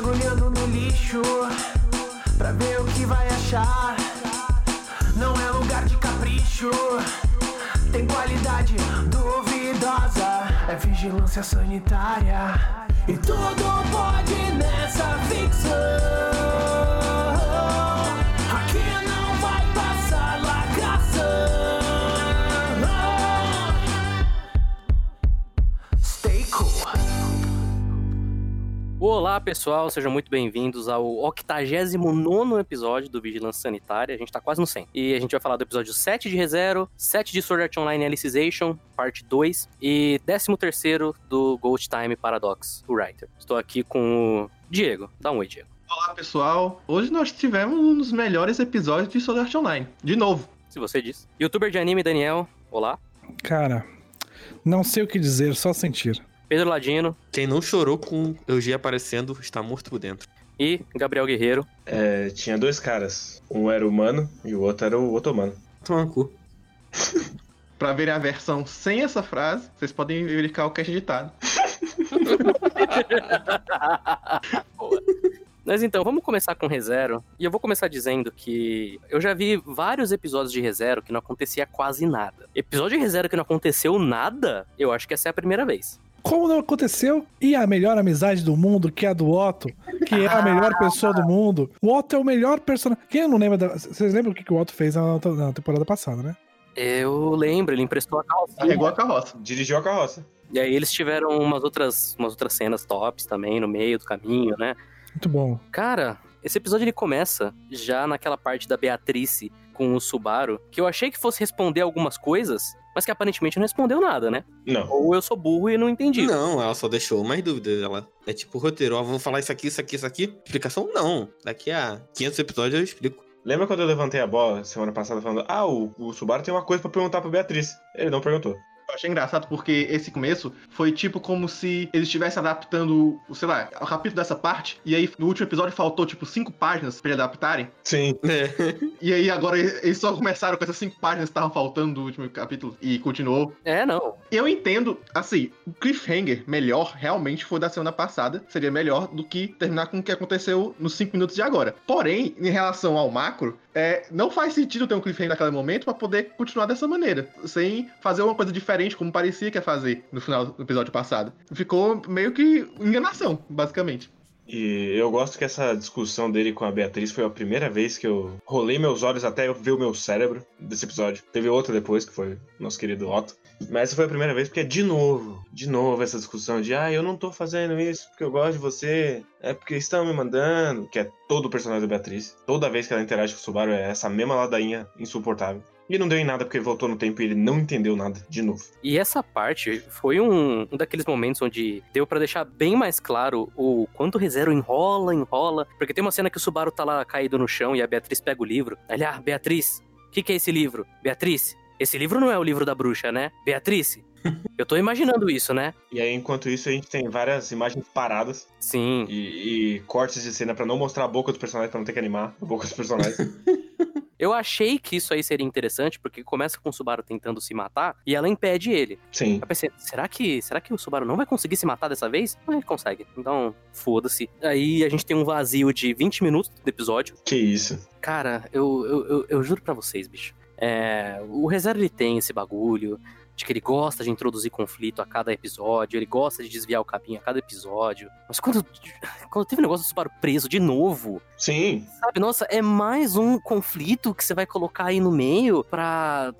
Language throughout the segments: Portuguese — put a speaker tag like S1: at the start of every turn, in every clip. S1: no lixo pra ver o que vai achar. Não é lugar de capricho, tem qualidade duvidosa, é vigilância sanitária. E tudo pode nessa ficção. Aqui não vai passar lacração. Stay cool.
S2: Olá, pessoal, sejam muito bem-vindos ao 89 episódio do Vigilância Sanitária. A gente tá quase no 100. E a gente vai falar do episódio 7 de ReZero, 7 de Sword Art Online Alicization, parte 2, e 13 do Ghost Time Paradox, o Writer. Estou aqui com o Diego. Dá um oi, Diego.
S3: Olá pessoal, hoje nós tivemos um dos melhores episódios de Sword Art Online, de novo.
S2: Se você diz. Youtuber de anime, Daniel. Olá.
S4: Cara, não sei o que dizer, só sentir.
S2: Pedro Ladino
S5: Quem não chorou com Eugê aparecendo está morto por dentro.
S2: e Gabriel Guerreiro.
S6: É, tinha dois caras. Um era humano e o outro era o otomano.
S5: Toma no cu.
S3: Pra verem a versão sem essa frase, vocês podem verificar o cast editado.
S2: Mas então, vamos começar com ReZero. E eu vou começar dizendo que eu já vi vários episódios de ReZero que não acontecia quase nada. Episódio de ReZero que não aconteceu nada, eu acho que essa é a primeira vez.
S4: Como não aconteceu? E a melhor amizade do mundo, que é a do Otto, que é a melhor pessoa do mundo. O Otto é o melhor personagem. Quem não lembra da. Vocês lembram o que que o Otto fez na, outra- na temporada passada, né?
S2: Eu lembro, ele emprestou a calcinha.
S3: Carregou É a carroça.
S6: Dirigiu a carroça.
S2: E aí eles tiveram umas outras, umas outras cenas tops também no meio do caminho, né?
S4: Muito bom.
S2: Cara, esse episódio ele começa já naquela parte da Beatrice com o Subaru, que eu achei que fosse responder algumas coisas, mas que aparentemente não respondeu nada, né?
S6: Não.
S2: Ou eu sou burro e não entendi.
S5: Não, ela só deixou mais dúvidas. Ela é tipo roteiro, ó, vou falar isso aqui, isso aqui, isso aqui. Explicação não. Daqui a 500 episódios eu explico.
S6: Lembra quando eu levantei a bola semana passada falando: Ah, o, o Subaru tem uma coisa pra perguntar pra Beatriz? Ele não perguntou.
S3: Eu achei engraçado porque esse começo foi tipo como se eles estivessem adaptando, sei lá, o capítulo dessa parte, e aí no último episódio faltou tipo cinco páginas pra eles adaptarem,
S6: Sim.
S5: É.
S3: e aí agora eles só começaram com essas cinco páginas que estavam faltando do último capítulo e continuou.
S2: É, não.
S3: Eu entendo, assim, o cliffhanger melhor realmente foi da semana passada. Seria melhor do que terminar com o que aconteceu nos 5 minutos de agora. Porém, em relação ao macro, é, não faz sentido ter um cliffhanger naquele momento pra poder continuar dessa maneira. Sem fazer uma coisa diferente, como parecia que ia fazer no final do episódio passado. Ficou meio que enganação, basicamente.
S6: E eu gosto que essa discussão dele com a Beatriz foi a primeira vez que eu rolei meus olhos até eu ver o meu cérebro desse episódio. Teve outra depois, que foi nosso querido Otto. Mas essa foi a primeira vez, porque é de novo, de novo essa discussão de ah, eu não tô fazendo isso porque eu gosto de você, é porque estão me mandando, que é todo o personagem da Beatriz. Toda vez que ela interage com o Subaru é essa mesma ladainha insuportável. E não deu em nada porque ele voltou no tempo e ele não entendeu nada de novo.
S2: E essa parte foi um, um daqueles momentos onde deu pra deixar bem mais claro o quanto o ReZero enrola, enrola. Porque tem uma cena que o Subaru tá lá caído no chão e a Beatriz pega o livro. Ele, ah, Beatriz, o que, que é esse livro? Beatriz, esse livro não é o livro da bruxa, né? Beatriz, eu tô imaginando isso, né?
S6: E aí, enquanto isso, a gente tem várias imagens paradas.
S2: Sim.
S6: E, e cortes de cena pra não mostrar a boca dos personagens, pra não ter que animar a boca dos personagens.
S2: Eu achei que isso aí seria interessante, porque começa com o Subaru tentando se matar e ela impede ele.
S6: Sim.
S2: Eu pensei, será que, será que o Subaru não vai conseguir se matar dessa vez? Não, ele consegue. Então, foda-se. Aí a gente tem um vazio de 20 minutos do episódio.
S6: Que isso.
S2: Cara, eu, eu, eu, eu juro pra vocês, bicho. É, o Reserva ele tem esse bagulho de que ele gosta de introduzir conflito a cada episódio, ele gosta de desviar o capinho a cada episódio. Mas quando, quando teve o negócio do Subaru preso de novo,
S6: Sim.
S2: Sabe, nossa, é mais um conflito que você vai colocar aí no meio pra.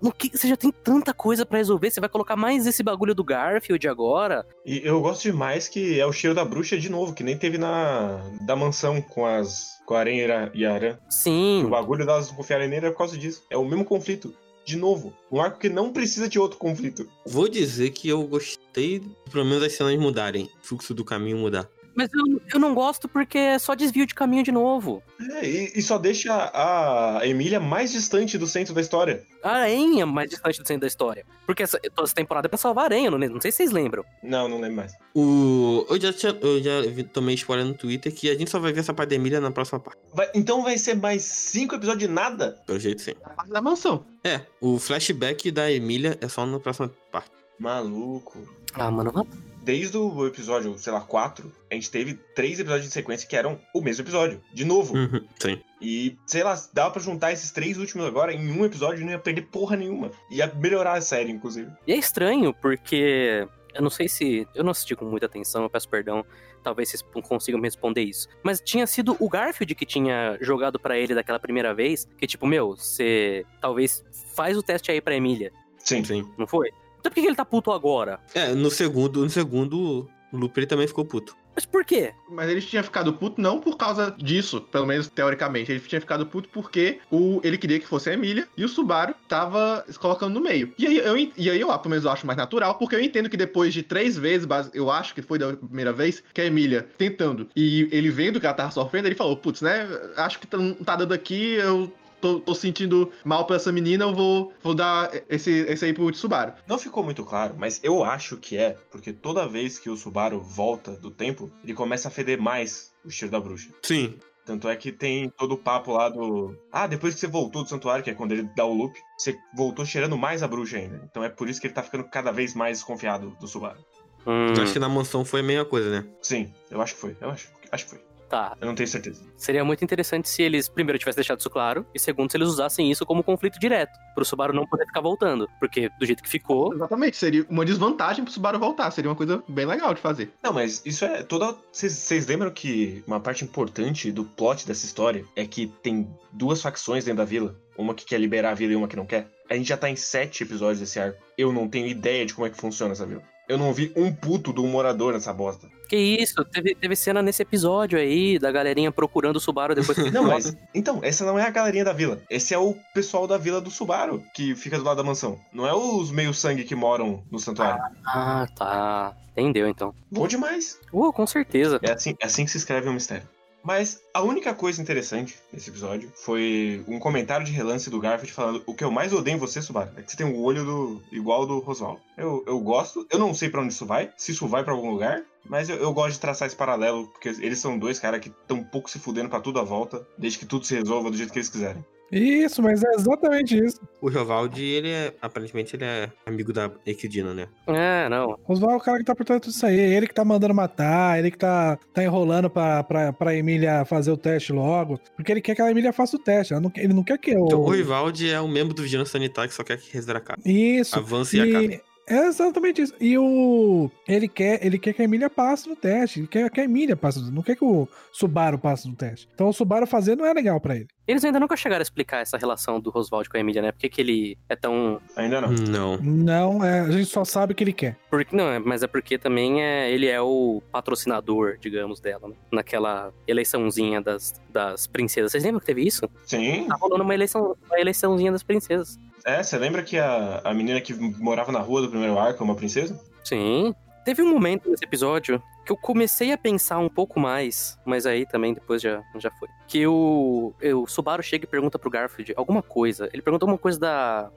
S2: No que... Você já tem tanta coisa pra resolver, você vai colocar mais esse bagulho do Garfield agora.
S6: E eu gosto demais que é o cheiro da bruxa de novo, que nem teve na. da mansão com as. com a aranha e a- e a aranha. O
S2: Sim.
S6: bagulho delas confiarem nele é por causa disso. É o mesmo conflito. De novo. Um arco que não precisa de outro conflito.
S5: Vou dizer que eu gostei, pelo menos as cenas mudarem, o fluxo do caminho mudar.
S2: Mas eu, eu não gosto porque é só desvio de caminho de novo.
S6: É, e, e só deixa a Emília mais distante do centro da história.
S2: A aranha é mais distante do centro da história. Porque essa, toda essa temporada é pra salvar a aranha, não, não sei se vocês lembram.
S6: Não, não lembro mais.
S5: O... Eu já, tinha- eu já vi- tomei spoiler no Twitter que a gente só vai ver essa parte da Emília na próxima parte.
S6: Vai- então vai ser mais cinco episódios de nada?
S5: Pelo jeito, sim.
S3: A parte da mansão.
S5: É, o flashback da Emília é só na próxima parte.
S6: Maluco.
S2: Ah, mano, vai
S6: desde o episódio, sei lá, 4, a gente teve três episódios de sequência que eram o mesmo episódio, de novo.
S5: Uhum, sim.
S6: E, sei lá, dava pra juntar esses três últimos agora em um episódio e não ia perder porra nenhuma. Ia melhorar a série, inclusive.
S2: E é estranho, porque. Eu não sei se. Eu não assisti com muita atenção, eu peço perdão. Talvez vocês consigam me responder isso. Mas tinha sido o Garfield que tinha jogado pra ele daquela primeira vez. Que, tipo, meu, você. Talvez faz o teste aí pra Emília,
S6: Sim.
S5: Sim.
S2: não foi? Então por que que ele tá puto agora?
S5: É, no segundo, no segundo, o Looper ele também ficou puto.
S2: Mas por quê?
S3: Mas ele tinha ficado puto não por causa disso, pelo menos teoricamente. Ele tinha ficado puto porque o, ele queria que fosse a Emília e o Subaru tava se colocando no meio. E aí, eu, en- e aí eu, ah, pelo menos, eu acho mais natural, porque eu entendo que depois de três vezes, base- eu acho que foi da primeira vez, que a Emília tentando e ele vendo que ela tava sofrendo, ele falou: putz, né? Acho que tá- não tá dando aqui, eu. Tô, tô sentindo mal pra essa menina, eu vou, vou dar esse, esse aí pro Subaru.
S6: Não ficou muito claro, mas eu acho que é, porque toda vez que o Subaru volta do tempo, ele começa a feder mais o cheiro da bruxa.
S5: Sim.
S6: Tanto é que tem todo o papo lá do. Ah, depois que você voltou do santuário, que é quando ele dá o loop, você voltou cheirando mais a bruxa ainda. Então é por isso que ele tá ficando cada vez mais desconfiado do Subaru.
S2: Hum,
S5: Eu Então, acho que na mansão foi a mesma coisa, né?
S6: Sim, eu acho que foi. Eu acho, acho que foi.
S2: tá.
S6: Eu não tenho certeza.
S2: Seria muito interessante se eles, primeiro, tivessem deixado isso claro, e segundo, se eles usassem isso como conflito direto, pro Subaru não poder ficar voltando. Porque do jeito que ficou,
S3: Exatamente, seria uma desvantagem pro Subaru voltar, seria uma coisa bem legal de fazer.
S6: Não, mas isso é toda. Vocês- Vocês lembram que uma parte importante do plot dessa história é que tem duas facções dentro da vila. Uma que quer liberar a vila e uma que não quer. A gente já tá em sete episódios desse arco. Eu não tenho ideia de como é que funciona essa vila. Eu não vi um puto de um morador nessa bosta.
S2: Que isso, teve, teve cena nesse episódio aí da galerinha procurando o Subaru depois que ele
S6: Não,
S2: volta.
S6: mas. Então, essa não é a galerinha da vila. Esse é o pessoal da vila do Subaru, que fica do lado da mansão. Não é os meio-sangue que moram no santuário.
S2: Ah, tá. Entendeu então.
S6: Bom demais.
S2: Uh, com certeza.
S6: É assim, é assim que se escreve um mistério. Mas a única coisa interessante nesse episódio foi um comentário de relance do Garfield falando o que eu mais odeio em você, Subaru, é que você tem um olho do- igual ao do Roswell. Eu, eu gosto, eu não sei pra onde isso vai, se isso vai pra algum lugar, mas eu, eu gosto de traçar esse paralelo, porque eles são dois caras que tão pouco se fudendo pra tudo à volta, desde que tudo se resolva do jeito que eles quiserem.
S4: Isso, mas é exatamente isso.
S5: O Jovaldi, ele é. Aparentemente, ele é amigo da Equidina, né?
S2: É, não.
S4: Oswald é o cara que tá por trás de tudo isso aí. Ele que tá mandando matar, ele que tá, tá enrolando pra, pra, pra Emília fazer o teste logo. Porque ele quer que a Emília faça o teste. ela não- ele não quer que eu.
S5: Então, o Rivaldi é um membro do Vigilância Sanitária que só quer que Rezer acabe.
S4: Isso.
S5: Avance e acabe.
S4: E é exatamente isso. E o. Ele quer, ele quer que a Emília passe no teste. Ele quer que a Emília passe no Não quer que o Subaru passe no teste. Então o Subaru fazer não é legal pra ele.
S2: Eles ainda nunca chegaram a explicar essa relação do Roswald com a Emília, né? Por que, que ele é tão.
S6: Ainda não.
S5: Não.
S4: Não, é, a gente só sabe o que ele quer.
S2: Por... Não, é- mas é porque também é... ele é o patrocinador, digamos, dela, né? Naquela eleiçãozinha das, das princesas. Vocês lembram que teve isso?
S6: Sim,
S2: Tá rolando uma, eleição... uma eleiçãozinha das princesas.
S6: é, você lembra que a, a menina que morava na rua do primeiro arco é uma princesa?
S2: Sim. Teve um momento nesse episódio que eu comecei a pensar um pouco mais, mas aí também depois já, já foi. Que o, o Subaru chega e pergunta pro Garfield alguma coisa. Ele pergunta alguma coisa da,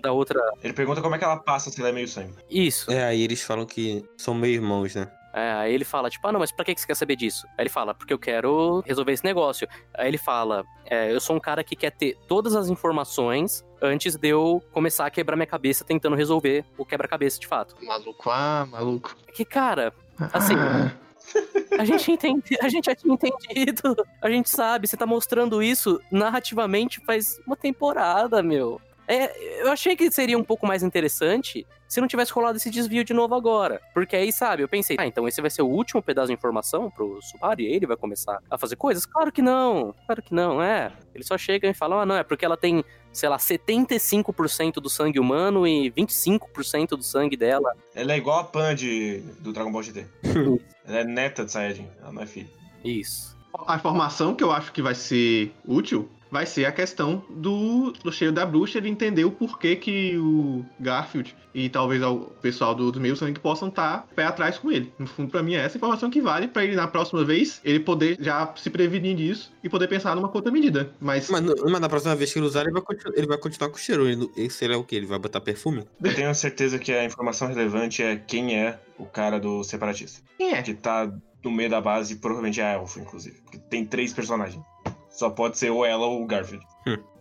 S2: da outra.
S6: Ele pergunta como é que ela passa se ela é meio sangue.
S2: Isso.
S5: É, aí eles falam que são meio irmãos, né?
S2: É, aí ele fala, tipo, ah, não, mas pra que que você quer saber disso? Aí ele fala, porque eu quero resolver esse negócio. Aí ele fala, é, eu sou um cara que quer ter todas as informações antes de eu começar a quebrar minha cabeça tentando resolver o quebra-cabeça de fato.
S3: Maluco, ah, maluco.
S2: Que, cara, Assim, A gente entende, a gente já tinha entendido. A gente sabe, você tá mostrando isso narrativamente faz uma temporada, meu. É, eu achei que seria um pouco mais interessante se não tivesse rolado esse desvio de novo agora. Porque aí, sabe, eu pensei, ah, então esse vai ser o último pedaço de informação pro Subaru e ele vai começar a fazer coisas? Claro que não, claro que não, é. Ele só chega e fala, ah, não, é porque ela tem, sei lá, 75% do sangue humano e 25% do sangue dela
S6: Ela é igual a Pan de, do Dragon Ball GT. Ela é neta de Saiyajin, ela não é filha.
S2: Isso.
S3: A informação que eu acho que vai ser útil vai ser a questão do, do cheiro da bruxa, ele entender o porquê que o Garfield e talvez o pessoal do, do meio sangue possam estar pé atrás com ele. No fundo, pra mim, é essa informação que vale pra ele, na próxima vez, ele poder já se prevenir disso e poder pensar numa contramedida. Mas,
S5: Mas, no- mas na próxima vez que ele usar, ele vai, continu- ele vai continuar com o cheiro. Ele, não- ele- sei lá o que? Ele vai botar perfume?
S6: Eu tenho certeza que a informação relevante é quem é o cara do separatista.
S3: quem é?
S6: Que tá no meio da base, provavelmente é a Elfo, inclusive. Porque tem três personagens. Só pode ser ou ela ou o Garfield.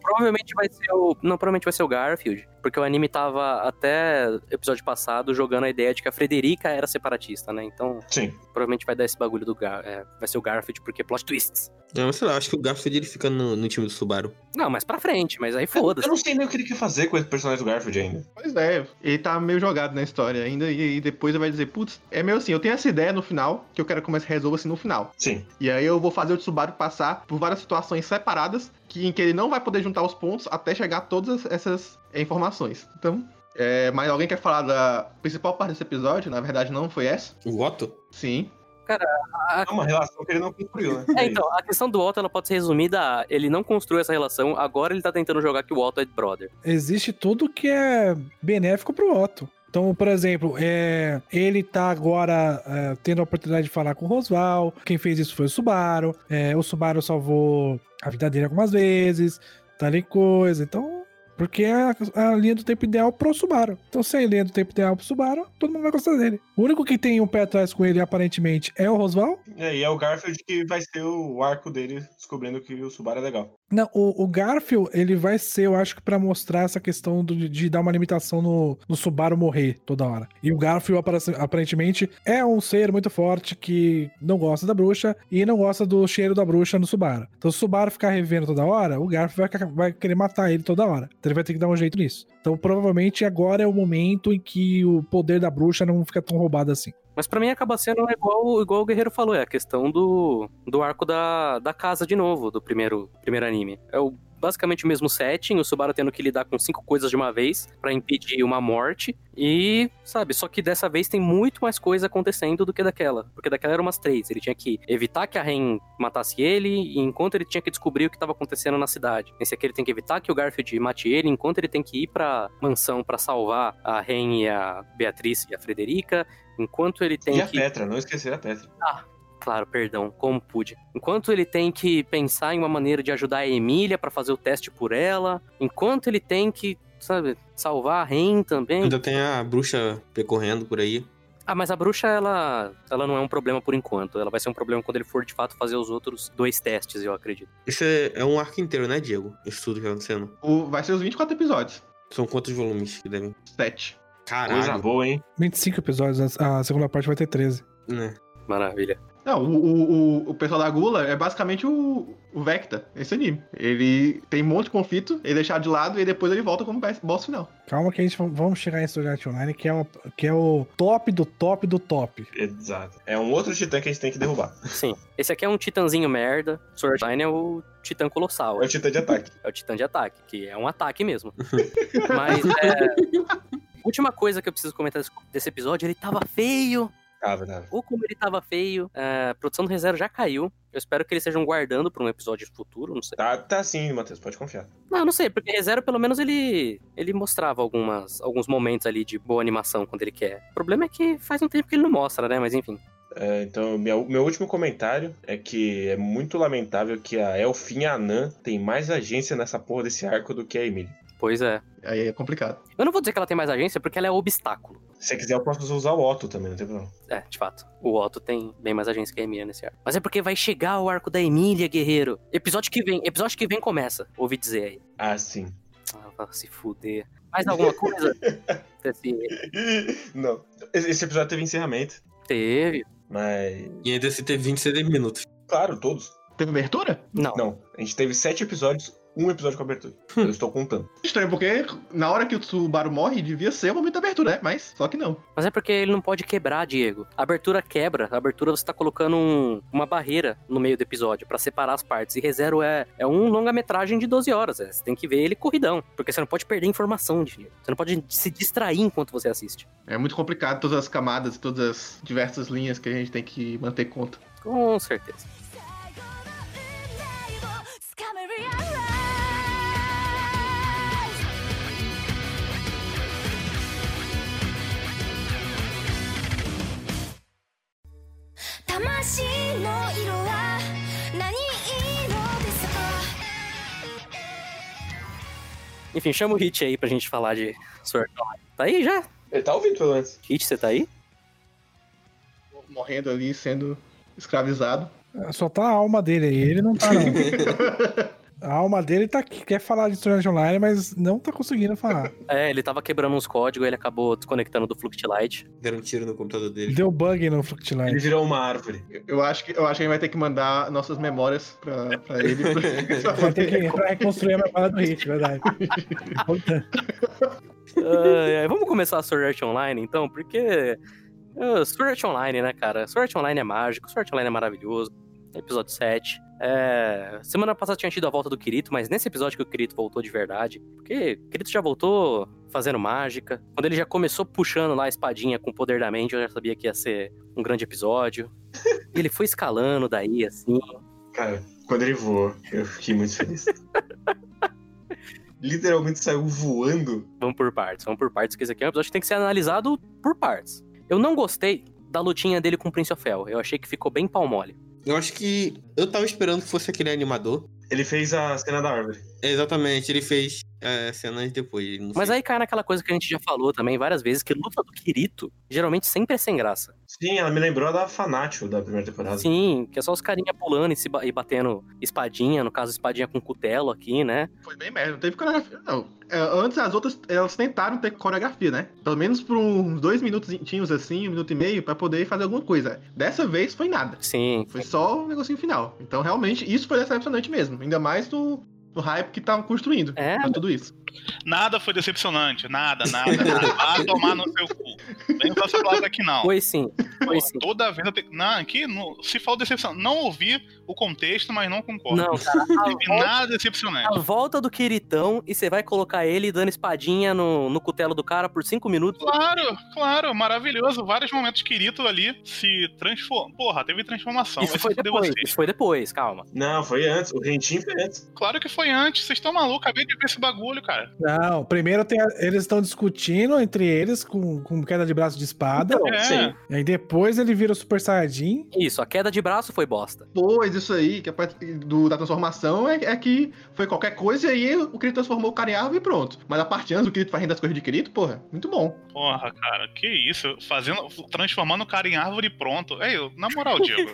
S2: Provavelmente vai ser o. Não, provavelmente vai ser o Garfield. porque o anime tava até episódio passado jogando a ideia de que a Frederica era separatista, né? Então,
S6: Sim.
S2: provavelmente vai dar esse bagulho do Gar é, vai ser o Garfield, porque plot twists.
S5: Eu, Então, sei lá, acho que o Garfield ele fica no, no time do Subaru.
S2: Não, mas pra frente, mas aí
S6: É, Eu
S2: foda-se.
S6: não sei nem o que ele quer fazer com esse personagem do Garfield ainda.
S3: Pois é, ele tá meio jogado na história ainda, e, e depois ele vai dizer, putz, é meio assim, eu tenho essa ideia no final, que eu quero que o Messi resolva assim no final.
S6: Sim.
S3: E aí eu vou fazer o Tsubaru passar por várias situações separadas, que, em que ele não vai poder juntar os pontos até chegar a todas as- essas é, informações. Então, é, mas alguém quer falar da principal parte desse episódio? Na verdade não foi essa.
S5: O Otto?
S3: Sim.
S6: É uma relação que ele não construiu, né?
S2: É, então, a questão do Otto ela pode ser resumida a ele não construiu essa relação, agora ele tá tentando jogar que o Otto é brother.
S4: existe tudo que é benéfico pro Otto. Então, por exemplo, é, ele tá agora é, tendo a oportunidade de falar com o Rosval. Quem fez isso foi o Subaru. É, o Subaru salvou a vida dele algumas vezes, tal e coisa. Então, porque é a, a linha do tempo ideal pro Subaru. Então, sem linha do tempo ideal pro Subaru, todo mundo vai gostar dele. O único que tem um pé atrás com ele, aparentemente, é o Rosval.
S6: É, e é o Garfield que vai ser o arco dele descobrindo que o Subaru é legal.
S4: Não, o, o Garfield, ele vai ser, eu acho que pra mostrar essa questão do- de dar uma limitação no, no Subaru morrer toda hora. E o Garfield, aparece- aparentemente, é um ser muito forte que não gosta da bruxa e não gosta do cheiro da bruxa no Subaru. Então, se o Subaru ficar revendo toda hora, o Garfield vai, ca- vai querer matar ele toda hora. Então, ele vai ter que dar um jeito nisso. Então, provavelmente, agora é o momento em que o poder da bruxa não fica tão roubado assim.
S2: Mas pra mim acaba sendo igual, igual o Guerreiro falou, é a questão do, do arco da, da casa de novo, do primeiro, primeiro anime. É o, basicamente o mesmo setting, o Subaru tendo que lidar com cinco coisas de uma vez pra impedir uma morte. E, sabe, só que dessa vez tem muito mais coisa acontecendo do que daquela. Porque daquela eram umas três. Ele tinha que evitar que a Ren matasse ele, e enquanto ele tinha que descobrir o que estava acontecendo na cidade. Nesse aqui ele tem que evitar que o Garfield mate ele, enquanto ele tem que ir pra mansão pra salvar a Ren e a Beatriz e a Frederica. Enquanto ele tem
S6: e a
S2: que.
S6: Petra, não esquecer a Petra.
S2: Claro, perdão, como pude. Enquanto ele tem que pensar em uma maneira de ajudar a Emília pra fazer o teste por ela, enquanto ele tem que, sabe, salvar a Ren também.
S5: Ainda tem a bruxa percorrendo por aí.
S2: Ah, mas a bruxa, ela, ela não é um problema por enquanto. Ela vai ser um problema quando ele for de fato fazer os outros dois testes, eu acredito.
S5: Isso é, é um arco inteiro, né, Diego? Isso tudo que tá acontecendo.
S3: O- vai ser os 24 episódios.
S5: São quantos volumes que devem?
S3: 7.
S6: Coisa
S5: Caralho,
S6: boa, hein?
S4: 25 episódios, a, a segunda parte vai ter 13.
S5: né?
S2: Maravilha.
S3: Não, o, o, o, o pessoal da Gula é basicamente o, o Vecta, esse anime. Ele tem um monte de conflito, ele é deixado de lado e depois ele volta como best- boss final.
S4: Calma que a gente vamos chegar em Sword Art Online, que é, o, que é o top do top do top.
S6: Exato. É um outro titã que a gente tem que derrubar.
S2: Sim. Esse aqui é um titãzinho merda. Sword Line é o titã colossal.
S6: É o titã de ataque.
S2: É o titã de ataque, que é um ataque mesmo. Mas, é... Última coisa que eu preciso comentar desse- desse episódio, ele tava feio.
S6: Ah, verdade.
S2: ou como ele tava feio. É, a produção do reserva já caiu. Eu espero que eles estejam guardando pra um episódio futuro, não sei.
S6: Tá, tá sim, Matheus, pode confiar.
S2: Não, não sei, porque reserva pelo menos ele ele mostrava algumas alguns momentos ali de boa animação quando ele quer. O problema é que faz um tempo que ele não mostra, né? Mas enfim.
S6: É, então, minha- meu último comentário é que é muito lamentável que a Elfinha Anã tem mais agência nessa porra desse arco do que a Emily.
S2: Pois é.
S3: Aí é complicado.
S2: Eu não vou dizer que ela tem mais agência porque ela é obstáculo.
S6: Se você quiser, eu posso usar o Otto também, não tem problema.
S2: É, de fato. O Otto tem bem mais agência que a Emília nesse arco. Mas é porque vai chegar o arco da Emília, guerreiro. Episódio que vem, episódio que vem começa. Ouvi dizer aí.
S6: Ah, sim.
S2: Ah, vai se fuder. Mais alguma coisa? Desse-
S6: não. Esse esse episódio teve encerramento,
S2: Teve.
S6: mas.
S5: E ainda se ter 26 minutos.
S6: Claro, todos.
S3: Teve abertura?
S2: Não.
S6: Não, a gente teve sete episódios, um episódio com abertura. Eu estou contando.
S3: Estranho, porque na hora que o Tsubaru morre, devia ser o momento da abertura, né? Mas, só que não.
S2: Mas é porque ele não pode quebrar, Diego. A abertura quebra. A abertura você tá colocando um- uma barreira no meio do episódio pra separar as partes. E ReZero é, é um longa-metragem de 12 horas. é. Você tem que ver ele corridão. Porque você não pode perder informação, Diego. Você não pode se distrair enquanto você assiste.
S3: É muito complicado todas as camadas, todas as diversas linhas que a gente tem que manter conta.
S2: Com certeza.
S7: 最後の運命をつかめ realize 魂の色は何色ですか
S2: Enfim, chama o Hit aí pra gente falar de Sword Art. Tá aí já?
S6: Ele tá ouvindo, pelo menos.
S2: Hit, você tá aí?
S3: Morrendo ali, sendo escravizado.
S4: Só tá a alma dele aí, ele não tá não. A alma dele tá, quer falar de Sword Art Online, mas não tá conseguindo falar.
S2: É, ele tava quebrando uns códigos, ele acabou desconectando do Fluctilight.
S5: Deram um tiro no computador dele.
S4: Deu bug no
S6: Ele
S4: Fructilight.
S6: virou uma árvore.
S3: Eu- Eu acho que, eu acho que a gente vai ter que mandar nossas memórias pra, pra ele. Pra, pra
S4: Vai ter
S3: poder-
S4: que pra reconstruir a memória do Hit, verdade. Puta.
S2: Ai, ai, vamos começar a Sword Art Online, então, porque... ah, Sword Art Online, né, cara? Sword Art Online é mágico, Sword Art Online é maravilhoso. Episódio 7. É, semana passada tinha tido a volta do Kirito, mas nesse episódio que o Kirito voltou de verdade, porque o Kirito já voltou fazendo mágica. Quando ele já começou puxando lá a espadinha com o poder da mente, eu já sabia que ia ser um grande episódio. E ele foi escalando daí, assim.
S6: Cara, quando ele voou, eu fiquei muito feliz. Literalmente saiu voando.
S2: Vamos por partes, vamos por partes, que isso aqui é um episódio que tem que ser analisado por partes. Eu não gostei da lutinha dele com o Prince of Hell. Eu achei que ficou bem pau mole.
S5: Eu acho que. Eu tava esperando que fosse aquele animador.
S6: Ele fez a cena da árvore.
S5: É, Exatamente, ele fez é, cenas depois. ele não
S2: Mas
S5: fez.
S2: aí cai naquela coisa que a gente já falou também várias vezes, que luta do Kirito geralmente sempre é sem graça.
S6: Sim, ela me lembrou a da Fanatio da primeira temporada.
S2: Sim, que é só os carinha pulando e, se ba- e batendo espadinha, no caso espadinha com cutelo aqui, né?
S3: Foi bem merda, não teve coreografia, não. É, Antes as outras, elas tentaram ter coreografia, né? Pelo menos por uns dois minutinhos assim, um minuto e meio, pra poder fazer alguma coisa. Dessa vez foi nada.
S2: Sim.
S3: Foi só o negocinho final. Então, realmente, isso foi decepcionante mesmo. Ainda mais do, do hype que estavam construindo
S2: É,
S3: pra tudo isso.
S8: Nada foi decepcionante. Nada, nada, nada. Vá tomar no seu cu. Vem pra falar aqui não.
S2: foi sim. Foi sim.
S8: Toda vez eu tenho. Não, aqui não- se falou decepção. Não ouvi o contexto, mas não concordo.
S2: Não, cara, a
S8: Teve
S2: volta-
S8: nada decepcionante.
S2: a volta do Kiritão e você vai colocar ele dando espadinha no, no cutelo do cara por cinco minutos.
S8: Claro, claro, maravilhoso. Vários momentos Kirito ali se transformou. Porra, teve transformação.
S2: Isso
S8: Então vai
S2: foi
S8: se fuder
S2: depois,
S8: vocês.
S2: isso foi depois, calma.
S6: Não, foi antes. O Rentinho foi antes.
S8: Claro que foi antes. Vocês estão malucos. Acabei de ver esse bagulho, cara.
S4: Não, primeiro tem a- eles estão discutindo entre eles com, com queda de braço de espada.
S2: Então,
S8: É.
S6: sim.
S4: E aí depois ele vira o Super Saiyajin.
S2: Isso, a queda de braço foi bosta.
S3: Depois disso aí, que a parte do, da transformação é, é que foi qualquer coisa e aí o Kirito transformou o cara em árvore e pronto. Mas a parte antes do Kirito fazendo as coisas de Kirito, porra, muito bom.
S8: Porra, cara, que isso? Fazendo, transformando o cara em árvore e pronto. É, eu- na moral, Diego.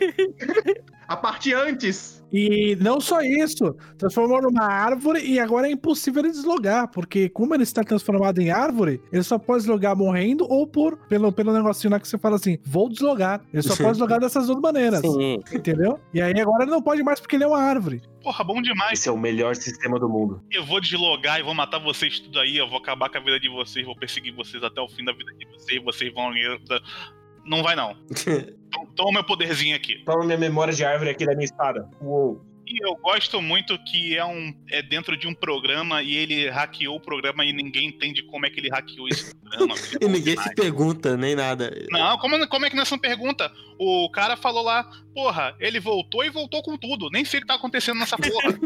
S3: A parte antes!
S4: E não só isso, transformou numa árvore e agora é impossível ele deslogar, porque como ele está transformado em árvore, ele só pode deslogar morrendo ou por pelo, pelo negocinho lá que você fala assim, vou deslogar. Ele só pode deslogar dessas duas maneiras,
S2: Sim.
S4: entendeu? E aí agora ele não pode mais porque ele é uma árvore.
S8: Porra, bom demais.
S6: Esse é o melhor sistema do mundo.
S8: Eu vou deslogar e vou matar vocês tudo aí. Eu vou acabar com a vida de vocês. Vou perseguir vocês até o fim da vida de vocês. Vocês vão. Não vai, não. Então, Toma meu poderzinho aqui.
S6: Toma minha memória de árvore aqui da minha espada. Uou.
S8: E eu gosto muito que é um é dentro de um programa e ele hackeou o programa e ninguém entende como é que ele hackeou esse programa.
S5: E ninguém se pergunta, nem nada.
S8: Não, como, como é que não é essa pergunta? O cara falou lá, porra, ele voltou e voltou com tudo. Nem sei o que tá acontecendo nessa porra.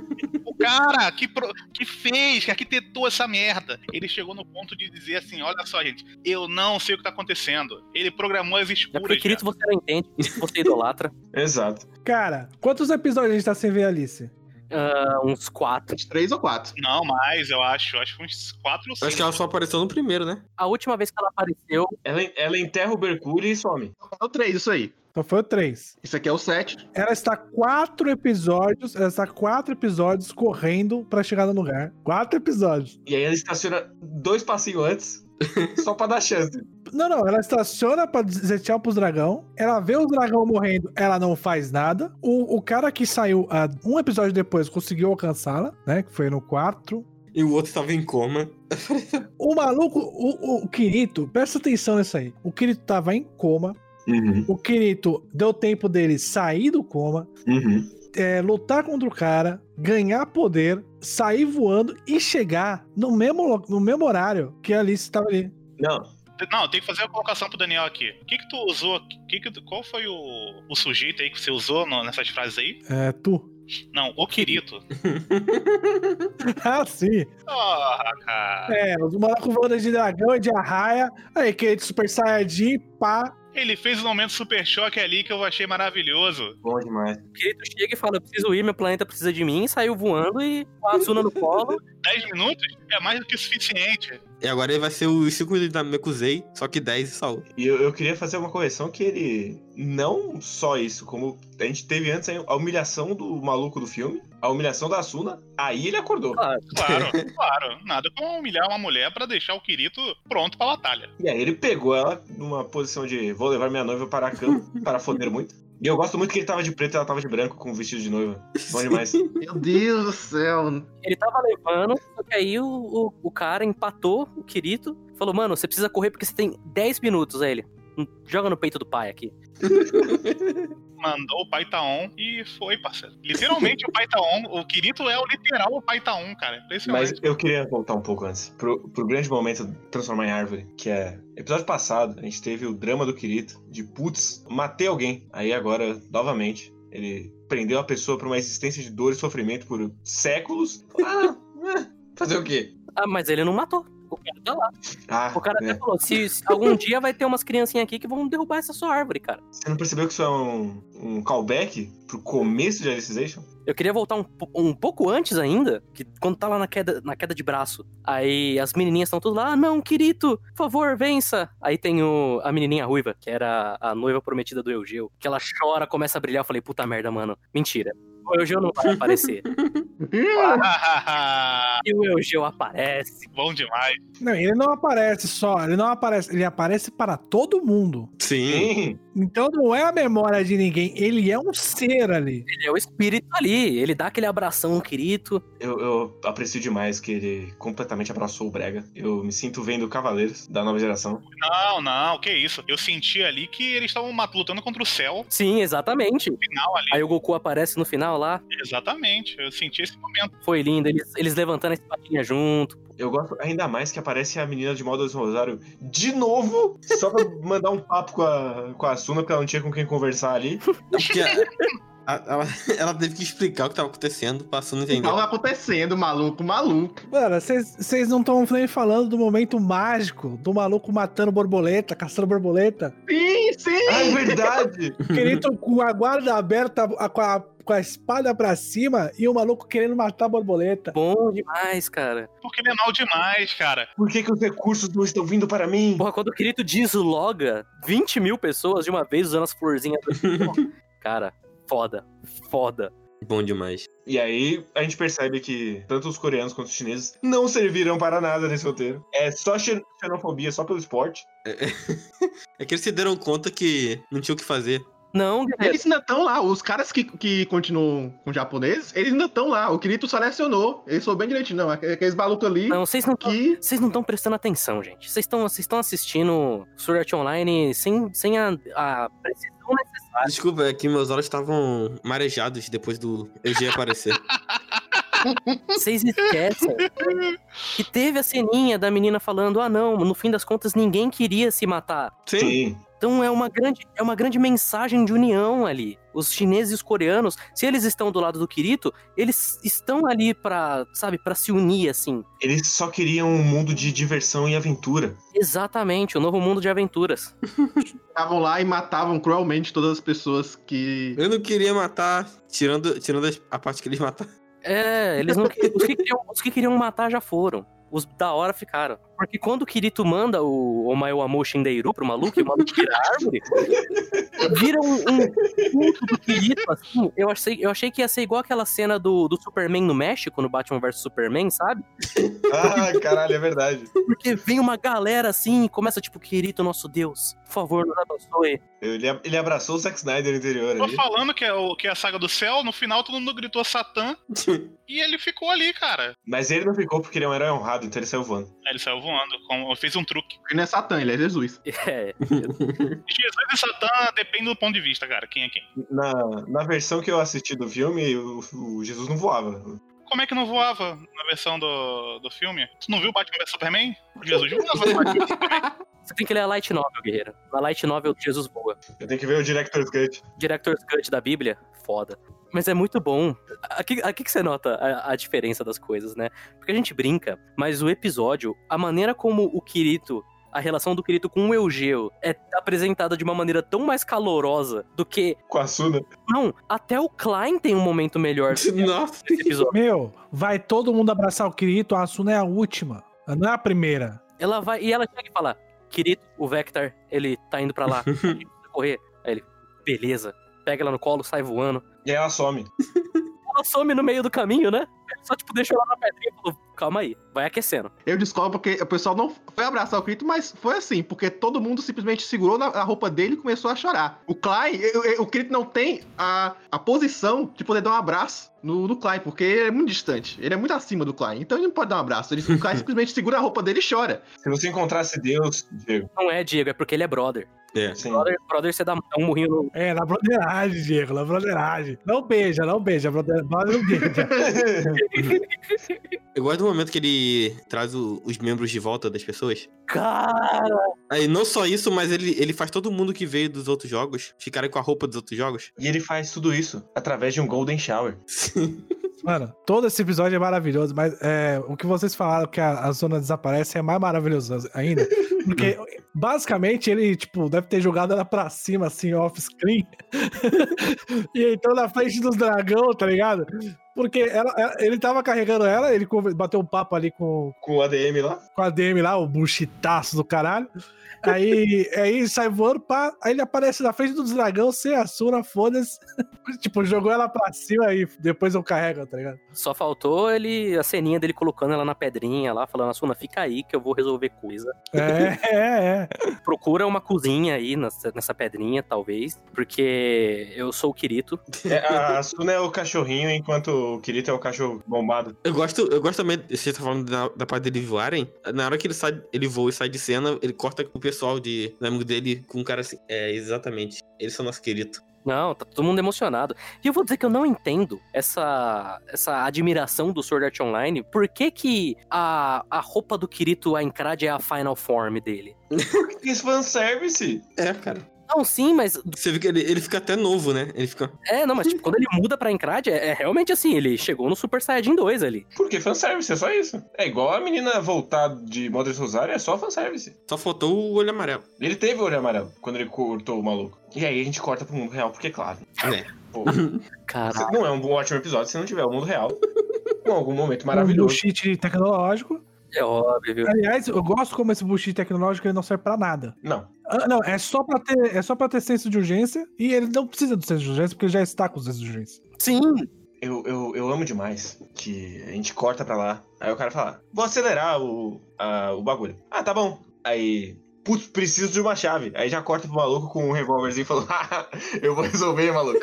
S8: o cara que, pro- que fez, que arquitetou essa merda, ele chegou no ponto de dizer assim: olha só, gente, eu não sei o que tá acontecendo. Ele programou as
S2: É porque
S8: escuras.
S2: Kirito
S8: cara.
S2: você não entende, Kirito você idolatra.
S6: Exato.
S4: Cara, quantos episódios a gente tá sem ver a Alice?
S2: Ah, uns quatro.
S3: Três ou quatro.
S8: né? Não, mais, eu acho. Acho que uns quatro ou
S5: Eu
S8: cinco.
S5: Acho que é ela só apareceu no primeiro, né?
S2: A última vez que ela apareceu,
S6: Ela, ela enterra o Mercúrio e some.
S3: É o três, isso aí.
S4: Então foi o 3.
S3: Isso aqui é o sete.
S4: Ela está quatro episódios, ela está quatro episódios correndo pra chegar no lugar. Quatro episódios.
S6: E aí ela estaciona dois passinhos antes, só pra dar chance.
S4: Não, não, ela estaciona pra dizer tchau pros dragão. Ela vê os dragão morrendo, ela não faz nada. O, o cara que saiu ah, um episódio depois conseguiu alcançá-la, né? Que foi no 4.
S5: E o outro tava em coma.
S4: O maluco, o, o Kirito, presta atenção nisso aí. O Kirito tava em coma.
S6: Uhum,
S4: O Kirito deu tempo dele sair do coma,
S6: uhum.
S4: é, lutar contra o cara, ganhar poder, sair voando e chegar no mesmo, lo- no mesmo horário que a Alice estava ali.
S6: Não,
S8: Não, tem que fazer uma colocação pro Daniel aqui. O que que tu usou? aqui? Que que tu- Qual foi o, o sujeito aí que você usou no- nessas frases aí?
S4: É, tu.
S8: Não, o Kirito.
S4: Ah, sim.
S8: Porra, cara.
S4: É, os malacos voando de dragão e de arraia. Aí, que é de Super Saiyajin, pá.
S8: Ele fez um momento super choque ali que eu achei maravilhoso.
S6: bom demais.
S2: o Kirito chega e fala: Eu preciso ir, meu planeta precisa de mim, saiu voando e com a Asuna no colo.
S8: 10 minutos é mais do que o suficiente.
S5: E agora ele vai ser o ciclo da Mekuzei, só que 10 e Saul.
S6: E eu, eu queria fazer uma correção que ele. Não só isso, como a gente teve antes a humilhação do maluco do filme. a humilhação da Asuna, aí ele acordou.
S2: Ah.
S8: Claro, claro. Nada como humilhar uma mulher pra deixar o Kirito pronto pra batalha.
S6: E aí ele pegou ela numa posição de vou levar minha noiva para a cama, para foder muito. E eu gosto muito que ele tava de preto e ela tava de branco com o vestido de noiva. Bom demais.
S3: Meu Deus do céu.
S2: Ele tava levando, só que aí o, o, o cara empatou o Kirito, falou, mano, você precisa correr porque você tem 10 minutos, aí ele. "Hum, Joga no peito do pai aqui.
S8: Mandou o pai Taon e foi, parceiro. Literalmente o pai Taon. O Kirito é o literal o pai Taon, um, cara.
S6: Mas
S8: Impressionante.
S6: eu queria voltar um pouco antes, pro, pro grande momento de transformar em árvore, que é. Episódio passado, a gente teve o drama do Kirito, de putz, matei alguém. Aí agora, novamente, ele prendeu a pessoa pra uma existência de dor e sofrimento por séculos. Ah, ah, fazer o quê?
S2: Ah, mas ele não matou. O cara tá lá.
S6: Ah,
S2: O cara tá-
S6: né?
S2: até falou: se, se algum dia vai ter umas criancinhas aqui que vão derrubar essa sua árvore, cara.
S6: Você não percebeu que isso é um, um callback pro começo de Alicization?
S2: Eu queria voltar um, po- um pouco antes ainda, que quando tá lá na queda, na queda de braço, aí as menininhas estão tudo lá, ah, não, Kirito, por favor, vença. Aí tem o, a menininha ruiva, que era a noiva prometida do Eugeu, que ela chora, começa a brilhar, eu falei, puta merda, mano, mentira. O Eugeu não vai aparecer. E o Eugeu aparece.
S8: Bom demais.
S4: Não, ele não aparece só, ele não aparece, ele aparece para todo mundo.
S5: Sim.
S6: Sim.
S4: Então não é a memória de ninguém, ele é um ser ali.
S2: Ele é o espírito ali, ele dá aquele abração no Kirito.
S6: Eu, eu aprecio demais que ele completamente abraçou o Brega. Eu me sinto vendo Cavaleiros da nova geração.
S8: Não, não, que isso. Eu senti ali que eles estavam mat- lutando contra o céu
S2: Sim, exatamente.
S8: no final ali.
S2: Aí o Goku aparece no final lá,
S8: Exatamente. Eu senti esse momento.
S2: foi lindo, eles, eles levantando a espadinha junto.
S6: Eu gosto ainda mais que aparece a menina de Modas Rosário de novo, só pra mandar um papo com a, com a Suna, porque ela não tinha com quem conversar ali.
S5: É Porque a- a- ela, ela teve que explicar o que tava acontecendo, passando a entender.
S3: Tava Tá acontecendo, maluco, maluco.
S4: Mano, vocês vocês não estão nem falando do momento mágico do maluco matando borboleta, caçando borboleta.
S3: Sim, sim.
S6: Ah, é verdade!
S4: Querido com a guarda aberta, a- com a, com a espada pra cima e o maluco querendo matar a borboleta.
S2: Bom demais, cara.
S8: Porque ele é mal demais, cara.
S6: Por que, que os recursos não estão vindo para mim?
S2: Porra, quando o Kirito desloga 20 mil pessoas de uma vez usando as florzinhas. do- cara, foda. Foda.
S5: Bom demais.
S6: E aí a gente percebe que tanto os coreanos quanto os chineses não servirão para nada nesse roteiro. É só xen- xenofobia, só pelo esporte.
S5: É que eles se deram conta que não tinha o que fazer.
S2: Não, guerreiro.
S3: Eles ainda estão lá, os caras que, que continuam com japoneses, eles ainda estão lá. O Kirito selecionou, ele soube bem direitinho, não, aqu- aqueles malucos ali
S2: Não, vocês não tão-
S3: que...
S2: vocês não estão prestando atenção, gente. Vocês estão vocês estão assistindo Sword Art Online sem, sem a, a precisão necessária.
S5: Desculpa, é que meus olhos estavam marejados depois do EG aparecer.
S2: Vocês esquecem que teve a ceninha da menina falando: ah, não, no fim das contas ninguém queria se matar.
S5: Sim.
S2: Então é uma grande, é uma grande mensagem de união ali. Os chineses e os coreanos, se eles estão do lado do Kirito, eles estão ali pra, sabe, para se unir assim.
S6: Eles só queriam um mundo de diversão e aventura.
S2: Exatamente, o novo mundo de aventuras.
S3: estavam lá e matavam cruelmente todas as pessoas que...
S5: Eu não queria matar, tirando, tirando as- a parte que eles mataram.
S2: É, eles não os que queriam, os que queriam matar já foram. Os da hora ficaram. Porque quando o Kirito manda o Omaewamu Shindeiru pro maluco e o maluco tira a árvore, vira um, um culto do Kirito, assim. Eu achei, eu achei que ia ser igual aquela cena do, do Superman no México, no Batman vs Superman, sabe?
S6: Ah, caralho, é verdade.
S2: Porque vem uma galera assim e começa, tipo, querido nosso Deus, por favor, nos abençoe.
S6: Ele, ele abraçou o Zack Snyder interior
S8: Tô
S6: ali.
S8: falando que é, o, que é a saga do céu, no final todo mundo gritou Satã e ele ficou ali, cara.
S6: Mas ele não ficou porque ele é um herói honrado, então ele saiu voando.
S8: Aí É, ele saiu voando, com- fez um truque.
S3: Ele não é Satã, ele é Jesus.
S2: É,
S8: Jesus e Satã depende do ponto de vista, cara. Quem é quem?
S6: Na, na versão que eu assisti do filme, o, o Jesus não voava.
S8: Como é que não voava na versão do, do filme? Tu não viu Batman vs Superman? Jesus voava no Batman.
S2: você tem que ler a Light Novel, guerreiro. Na Light Novel, Jesus voa.
S6: Eu tenho que ver o Director's Cut.
S2: Director's Cut da Bíblia, foda. Mas é muito bom. Aqui, aqui que você nota a, a diferença das coisas, né? Porque a gente brinca, mas o episódio, a maneira como o Kirito, a relação do Kirito com o Eugeo é apresentada de uma maneira tão mais calorosa do que.
S6: Com a Suna.
S2: Não, até o Klein tem um momento melhor nesse
S5: Nossa.
S2: episódio.
S4: Meu, vai todo mundo abraçar o Kirito, a Asuna é a última, não é a primeira.
S2: Ela vai e ela chega e fala: Querido, o Vector, ele tá indo pra lá. A gente precisa correr. Aí ele, beleza. Pega ela no colo, sai voando.
S6: E aí ela some.
S2: Ela só some no meio do caminho, né? Ele Só, tipo, deixou lá na pedrinha e falou, calma aí, vai aquecendo.
S3: Eu descobro porque o pessoal não foi abraçar o Crito, mas foi assim, porque todo mundo simplesmente segurou na, na roupa dele e começou a chorar. O Klein, eu- eu- o Crito não tem a, a posição de poder dar um abraço no, no Klein, porque ele é muito distante, ele é muito acima do Klein, então ele não pode dar um abraço. Ele, o Klein simplesmente segura a roupa dele e chora.
S6: Se você encontrasse Deus, Diego,
S2: Não é, Diego, é porque ele é brother.
S5: É.
S6: assim,
S2: Brother, brother você dá um murrinho no.
S4: É, na broderagem, Diego, na broderagem. Não beija, não beija, brother, brother não beija.
S5: Eu gosto do momento que ele traz o- os membros de volta das pessoas.
S2: Cara!
S5: Aí não só isso, mas ele, ele faz todo mundo que veio dos outros jogos ficarem com a roupa dos outros jogos.
S6: e ele faz tudo isso através de um Golden Shower.
S4: Mano, todo esse episódio é maravilhoso, mas é, o que vocês falaram que a, a zona desaparece é mais maravilhoso ainda. Porque, basicamente, ele, tipo, deve ter jogado ela pra cima, assim, off-screen. e então na frente dos dragão, tá ligado? Porque ela- ela- ele tava carregando ela, ele conver- bateu um papo ali com,
S6: Com o ADM lá.
S4: com a DM lá, o buchitaço do caralho. Aí, aí sai voando, pá, aí ele aparece na frente do dragão sem a Sura, foda-se. tipo, jogou ela pra cima e depois eu carrego, tá ligado?
S2: Só faltou ele. A ceninha dele colocando ela na pedrinha lá, falando, Asuna, fica aí que eu vou resolver coisa.
S4: É, é, é.
S2: Procura uma cozinha aí nessa, nessa pedrinha, talvez. Porque eu sou o Kirito.
S6: É, a Asuna é o cachorrinho, enquanto o Kirito é o cachorro bombado.
S5: Eu gosto, eu gosto também, você tá falando da, da parte dele voarem. Na hora que ele sai, ele voa e sai de cena, ele corta o pessoal de do amigo dele com um cara assim. É, exatamente. Eles são nosso querido.
S2: Não, tá todo mundo emocionado. E eu vou dizer que eu não entendo essa, essa admiração do Sword Art Online. Por que, que a, a roupa do Kirito Aincrad é a final form dele?
S6: Que fanservice!
S5: É, cara.
S2: Não, sim, mas.
S5: Você vê que ele, ele fica até novo, né? Ele fica.
S2: É, não, mas tipo, quando ele muda pra Aincrad, é, é realmente assim, ele chegou no Super Saiyajin 2 ali.
S6: Porque fanservice, é só isso. É igual a menina voltar de Modern Rosário, é só fanservice.
S5: Só faltou o olho amarelo.
S6: Ele teve o olho amarelo quando ele cortou o maluco. E aí a gente corta pro mundo real, porque claro.
S5: É.
S6: Pô,
S2: Cara,
S6: não é um bom- ótimo episódio se não tiver o mundo real. Com algum momento
S4: Um
S6: maravilhoso.
S4: bullshit tecnológico.
S2: é óbvio, viu?
S4: Aliás, eu gosto como esse bullshit tecnológico ele não serve pra nada.
S6: Não.
S4: Ah, Não, é só pra ter, é só pra ter senso de urgência e ele não precisa do senso de urgência porque ele já está com o senso de urgência.
S2: Sim,
S6: Eu, eu, eu amo demais que a gente corta pra lá. Aí o cara fala, vou acelerar o, a- o bagulho. Ah, tá bom. Aí, putz, preciso de uma chave. Aí já corta pro maluco com um revólverzinho e falou, ah, eu vou resolver, maluco.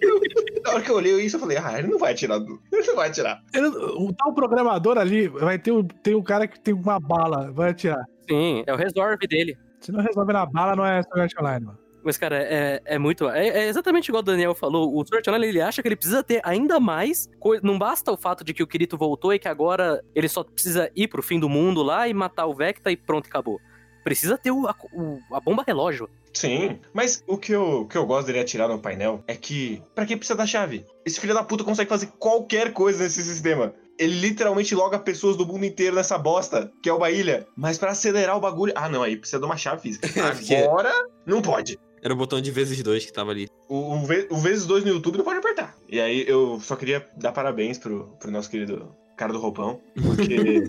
S6: Eu- na hora que eu olhei isso, eu falei, ah, ele não vai atirar. do- Ele não vai atirar.
S4: Ele, o tal programador ali vai ter um, tem um cara que tem uma bala, vai atirar.
S2: sim, é o resolve dele.
S4: Se não resolve na bala, não é Sword Art Online, mano.
S2: Mas, cara, é, é muito. É, é exatamente igual o Daniel falou. O Sword Art Online, ele acha que ele precisa ter ainda mais. coi- Não basta o fato de que o Kirito voltou e que agora ele só precisa ir pro fim do mundo lá e matar o Vecta e pronto, acabou. Precisa ter o, a, o- a bomba relógio.
S6: Sim, mas o que eu, o que eu gosto dele atirar no painel é que, pra que precisa da chave? Esse filho da puta consegue fazer qualquer coisa nesse sistema. Ele literalmente loga pessoas do mundo inteiro nessa bosta, que é uma ilha. Mas pra acelerar o bagulho. Ah, não, aí precisa de uma chave física.
S5: porque-
S6: Agora não pode.
S5: Era o botão de vezes dois que tava ali.
S6: O, o, ve- o vezes dois no YouTube não pode apertar. E aí eu só queria dar parabéns pro, pro nosso querido cara do roupão, porque.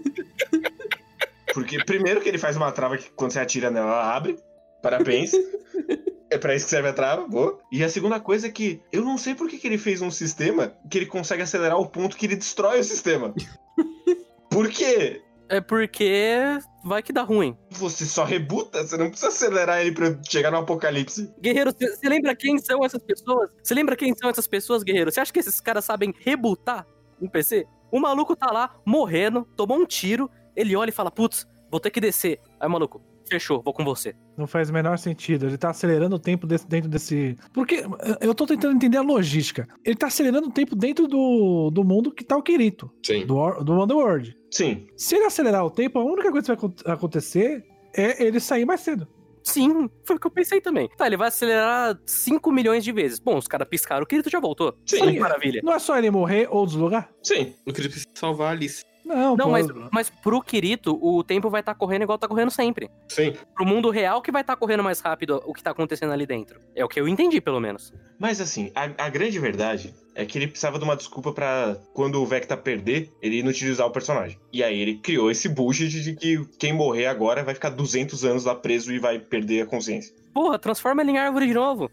S6: porque primeiro que ele faz uma trava que quando você atira nela, ela abre. Parabéns. É pra isso que serve a trava, boa. E a segunda coisa é que eu não sei por que, que ele fez um sistema que ele consegue acelerar o ponto que ele destrói o sistema. Por quê?
S2: É porque vai que dá ruim.
S6: Você só rebuta, você não precisa acelerar ele pra chegar no apocalipse.
S2: Guerreiro, você lembra quem são essas pessoas? Você lembra quem são essas pessoas, Guerreiro? Você acha que esses caras sabem rebutar um PC? O maluco tá lá, morrendo, tomou um tiro, ele olha e fala: putz, vou ter que descer. Aí, maluco, fechou, vou com você.
S4: Não faz o menor sentido. Ele tá acelerando o tempo desse- dentro desse. Porque eh, eu tô tentando entender a logística. Ele tá acelerando o tempo dentro do, do mundo que tá o Kirito,
S5: Sim.
S4: do, Or- do Underworld.
S6: Sim.
S4: Se ele acelerar o tempo, a única coisa que vai acon- acontecer é ele sair mais cedo.
S2: Sim, foi o que eu pensei também. Tá, ele vai acelerar 5 milhões de vezes. Bom, os caras piscaram, o Kirito já voltou.
S6: Sim.
S2: Olha que maravilha.
S4: Não é só ele morrer ou deslogar?
S6: Sim.
S5: Eu queria precisar salvar a Alice.
S6: Tá
S4: Não,
S2: Não,
S4: pô,
S2: mas, mas pro Kirito, o tempo vai estar correndo igual tá correndo sempre.
S5: Sim.
S2: Pro mundo real que vai estar correndo mais tá rápido o que tá acontecendo ali dentro. É o que eu entendi, pelo menos.
S6: Mas assim, a, a grande verdade é que ele precisava de uma desculpa pra quando o Vecta perder, ele inutilizar o personagem. E aí ele criou esse bullshit de que quem morrer agora vai ficar 200 anos lá preso e vai perder a consciência.
S2: Porra, transforma ele em árvore de novo.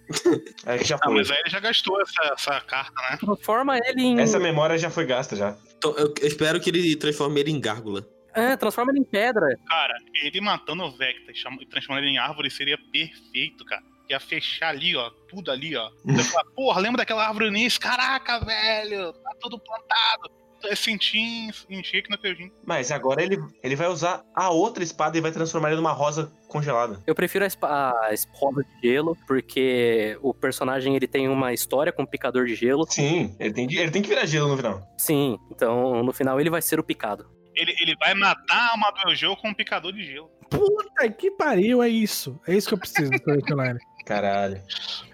S6: Aí já
S8: Ah,
S6: foi.
S8: mas aí ele já gastou essa, essa carta, né?
S2: Transforma ele em.
S6: É. Essa memória já foi gasta já.
S5: Então, eu eu espero que ele transforme ele em gárgula.
S2: É, transforma ele em pedra.
S8: Cara, ele matando o Vecta e chama- e transformando ele em árvore seria perfeito, cara. Ia fechar ali, ó, tudo ali, ó. Ia falar, Porra, lembra daquela árvore nisso? Caraca, velho, tá tudo plantado. É sentir, encher que um no Kyojin.
S6: Mas agora ele, ele vai usar a outra espada e vai transformar ele numa rosa congelada.
S2: Eu prefiro a, esp- a espada de gelo, porque o personagem ele tem uma história com o picador de gelo.
S6: Sim, ele tem que, ele tem que virar gelo no final.
S2: Sim, então no final ele vai ser o picado.
S8: Ele, ele vai matar a Madojo com um picador de gelo.
S4: Puta que pariu, é isso. É isso que eu preciso do Storyline.
S6: Caralho.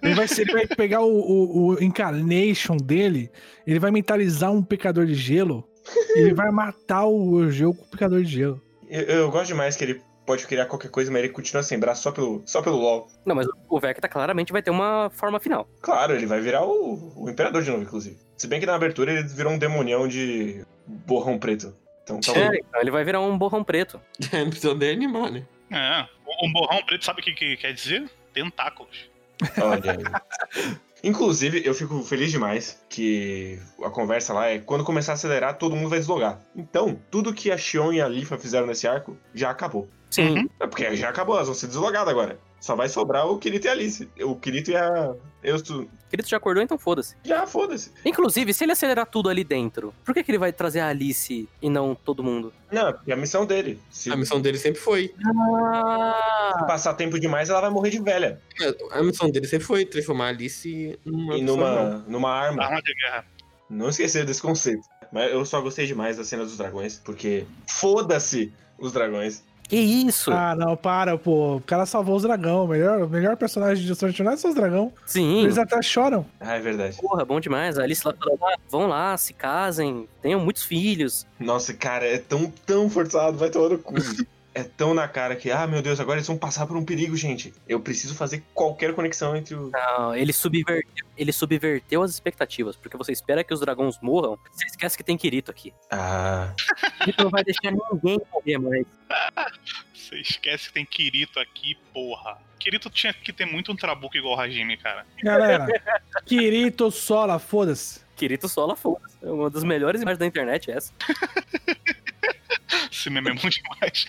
S4: Ele vai ser, vai pegar o, o- o Incarnation dele, ele vai mentalizar um pecador de gelo e ele vai matar o Eugeu com o pecador de gelo.
S6: Eu, eu gosto demais que ele pode criar qualquer coisa, mas ele continua sem braço só pelo, só pelo LOL.
S2: Não, mas o Vecta claramente vai ter uma forma final.
S6: Claro, ele vai virar o, o Imperador de novo, inclusive. Se bem que na abertura ele virou um demonião de borrão preto. Então tá bom.
S2: É, então ele vai virar um borrão preto.
S5: É, não precisa nem animar, né?
S8: É, o- um borrão preto sabe o que, que quer dizer? Tentáculos.
S6: Olha aí. Inclusive, eu fico feliz demais que a conversa lá é quando começar a acelerar, todo mundo vai deslogar. Então, tudo que a Xion e a Lifa fizeram nesse arco já acabou.
S2: Sim.
S5: Uhum.
S6: É porque já acabou, elas vão ser deslogadas agora. Só vai sobrar o Kirito e a Alice. O Kirito e a. Eu tu-
S2: Querido, já acordou, então foda-se.
S6: Já foda-se.
S2: Inclusive, se ele acelerar tudo ali dentro, por que, que ele vai trazer a Alice e não todo mundo?
S6: Não, é porque é a missão dele. Se
S5: A missão dele sempre foi.
S2: Ah!
S6: passar tempo demais, ela vai morrer de velha.
S5: É, A missão dele sempre foi transformar a Alice numa.
S6: e
S5: pessoa normal.
S6: numa, numa arma.
S8: Arma de guerra.
S6: Não esquecer desse conceito. Mas eu só gostei demais da cena dos dragões, porque foda-se os dragões.
S2: Que isso?
S4: Ah, não, para, pô. O cara salvou os dragão. O melhor, o melhor personagem de Storyline são é os dragão.
S2: Sim.
S4: Eles até choram.
S6: Ah, é verdade.
S2: Porra, bom demais. A Alice lá falando, ah, vão lá, se casem, tenham muitos filhos.
S6: Nossa, cara, é tão, tão forçado, vai tomar no cu. é tão na cara que, ah, meu Deus, agora eles vão passar por um perigo, gente. Eu preciso fazer qualquer conexão entre o.
S2: Não, ele subverteu, ele subverteu as expectativas, porque você espera que os dragões morram, você esquece que tem Kirito aqui.
S6: Ah.
S2: Kirito não vai deixar ninguém morrer mais.
S8: Você esquece que tem Kirito aqui, porra. Kirito tinha que ter muito um trabuco igual o Hajime, cara.
S4: Galera, Kirito Sola, foda-se.
S2: Kirito sola foda É uma das melhores imagens da internet é essa.
S8: Esse meme é bom demais.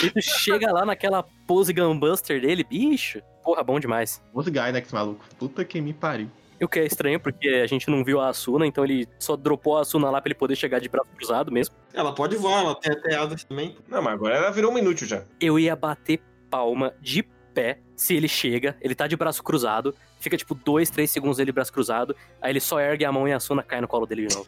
S2: Kirito chega lá naquela pose gunbuster dele, bicho. Porra, bom demais.
S3: Outro guy, né, que esse maluco. Puta que me pariu.
S2: E o que é estranho, porque a gente não viu a Asuna, então ele só dropou a Asuna lá pra ele poder chegar de braço cruzado mesmo.
S5: Ela pode voar, ela tem até asas também.
S6: Não, mas agora ela virou um inútil já.
S2: eu ia bater palma de pé se ele chega, ele tá de braço cruzado, fica tipo dois, três segundos ele de braço cruzado, aí ele só ergue a mão e a Suna cai no colo dele de novo.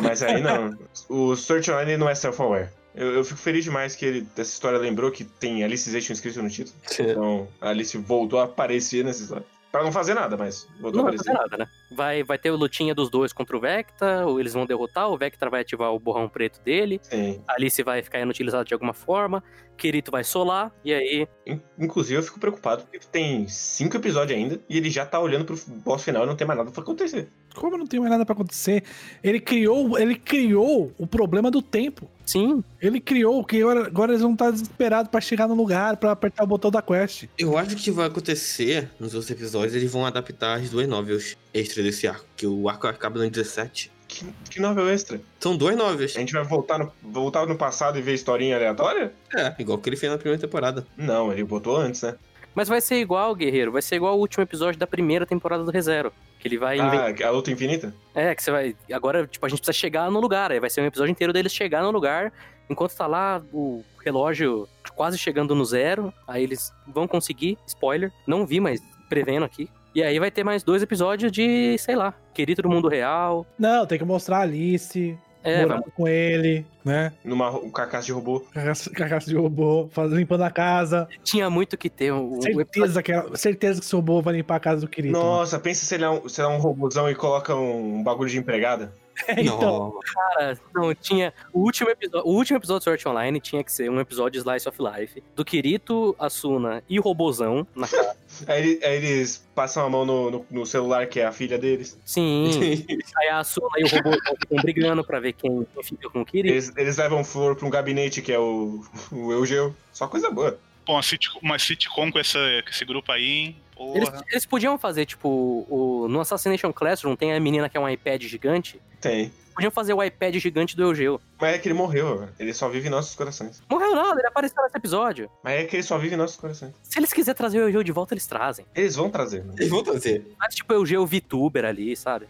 S6: Mas aí não. o Search Online não é self-aware. Eu, eu fico feliz demais que ele, essa história lembrou que tem Alicization escrito no título. Então, a Alice voltou a aparecer nessa história. Pra não fazer nada, mas voltou
S2: Não
S6: a
S2: vai
S6: aparecer.
S2: fazer nada, né? Vai, vai ter a lutinha dos dois contra o Vecta, ou eles vão derrotar, o Vecta vai ativar o borrão preto dele,
S6: Sim.
S2: a Alice vai ficar inutilizada de alguma forma, Kirito vai solar, e aí...
S6: In- Inclusive, eu fico preocupado porque tem cinco episódios ainda e ele já tá olhando pro boss final e não tem mais nada pra acontecer.
S4: Como não tem mais nada pra acontecer? Ele criou, ele criou o problema do tempo.
S2: Sim,
S4: Ele criou, que agora, agora eles vão estar desesperados pra chegar no lugar, pra apertar o botão da quest.
S5: Eu acho que vai acontecer nos outros episódios, eles vão adaptar as duas novelas extras desse arco, que o arco acaba no 17.
S6: Que, que novel extra?
S5: São duas novelas.
S6: A gente vai voltar no, voltar no passado e ver historinha aleatória?
S5: É, igual que ele fez na primeira temporada.
S6: Não, ele botou antes, né?
S2: mas vai ser igual, guerreiro, vai ser igual o último episódio da primeira temporada do ReZero, que ele vai... inventar.
S6: Ah, a luta infinita?
S2: É, que você vai. Agora, tipo, a gente precisa chegar no lugar. Aí vai ser um episódio inteiro deles chegar no lugar. Enquanto tá lá o relógio quase chegando no zero. Aí eles vão conseguir. Spoiler. Não vi, mas prevendo aqui. E aí vai ter mais dois episódios de, sei lá, Querido do Mundo Real.
S4: Não, tem que mostrar a Alice,
S2: É, vai-
S4: morando com ele, né?
S6: Numa ro- um carcaça de robô.
S4: Carcaça carcaça de robô, faz- limpando a casa.
S2: tinha muito que ter um. um episódio-
S4: Certeza que, era- certeza que esse robô vai limpar a casa do né? querido.
S6: Nossa, pensa se ele é um, se ele é um robôzão e coloca um, bagulho de empregada.
S4: então,
S2: Cara, não, tinha. O último, episódio, o último episódio do Sword Art Online tinha que ser um episódio de Slice of Life do Kirito, Asuna e Robozão. Na...
S6: Aí, ele- aí eles passam a mão no, no- no celular que é a filha deles.
S2: Sim.
S6: Hum.
S2: Aí a Asuna e o Robozão ficam brigando pra ver quem quem fica com o Kirito.
S6: Eles, eles levam flor pra um gabinete que é o, o Eugeu. Só coisa boa.
S8: Pô, uma sitcom, uma sitcom com, essa, com esse grupo aí, hein? Porra.
S2: Eles, eles podiam fazer, tipo, o, no Assassination Classroom tem a menina que é um iPad gigante.
S6: Tem.
S2: Podiam fazer o iPad gigante do Eugeo.
S6: Mas é que ele morreu, ele só vive em nossos corações.
S2: Morreu nada, ele apareceu nesse episódio.
S6: Mas é que ele só vive em nossos corações.
S2: Se eles quiserem trazer o Eugeo de volta, eles trazem.
S6: Eles vão trazer, né?
S5: Eles vão trazer.
S2: Mas, tipo, Eugeo VTuber ali, sabe?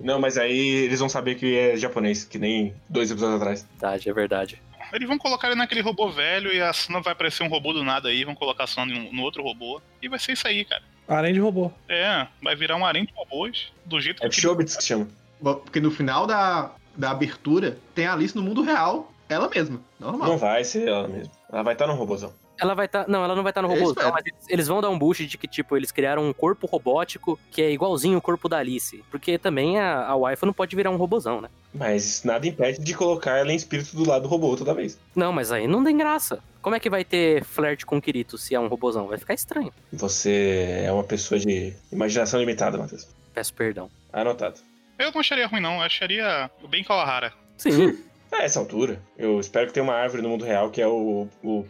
S6: Não, mas aí eles vão saber que é japonês, que nem dois episódios atrás.
S2: Verdade, é verdade.
S8: Eles vão colocar ele naquele robô velho e a Suna vai aparecer um robô do nada aí, vão colocar a Suna um, no, no outro robô. E vai ser isso aí, cara.
S4: além de robô.
S8: É, vai virar um harém de robôs, do jeito
S6: É
S8: que ele
S6: Chobits que chama.
S3: Bom, Porque no final da, da abertura tem a Alice no mundo real, ela mesma, normal.
S6: Não vai ser ela mesmo. Ela vai estar no robôzão.
S2: Ela vai estar. Não, ela não vai estar no
S3: Eu
S2: robô,
S3: espero.
S2: mas eles, eles vão dar um boost de que, tipo, eles criaram um corpo robótico que é igualzinho o corpo da Alice. Porque também a, a waifu não pode virar um robozão, né?
S6: Mas nada impede de colocar ela em espírito do lado do robô toda vez.
S2: Não, mas aí não tem graça. Como é que vai ter flerte com o Kirito se é um robozão? Vai ficar estranho.
S6: Você é uma pessoa de imaginação limitada, Matheus.
S2: Peço perdão.
S6: Anotado.
S8: Eu não acharia ruim, não. Eu acharia bem Kawahara.
S2: Sim.
S6: A Ah, essa altura, eu espero que tenha uma árvore no mundo real que é o. o, o-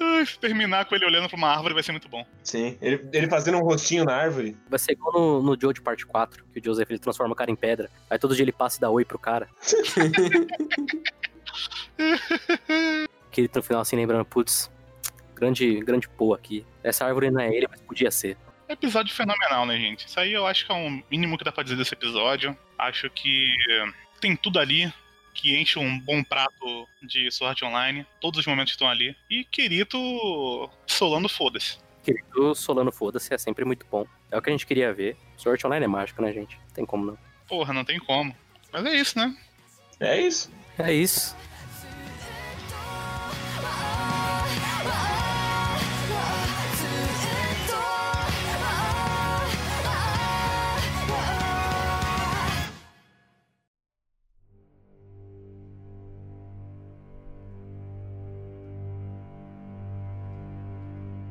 S8: Ai, se terminar com ele olhando pra uma árvore vai ser muito bom.
S6: Sim. Ele, ele fazendo um rostinho na árvore.
S2: Vai ser igual no, no Joe de parte 4, que o Joseph ele transforma o cara em pedra. Aí todo dia ele passa e dá oi pro cara. que ele no final assim lembrando, putz, grande, grande pô aqui. Essa árvore não é ele, mas podia ser.
S8: Episódio fenomenal, né, gente? Isso aí eu acho que é um mínimo que dá pra dizer desse episódio. Acho que eh, tem tudo ali que enche um bom prato de Sword Art Online. Todos os momentos estão ali. E Kirito solando foda-se.
S2: Querido Solano, foda-se, é sempre muito bom. É o que a gente queria ver. Sorte online é mágico, né, gente? Não tem como não.
S8: Porra, não tem como. Mas é isso, né?
S6: É isso.
S2: É isso.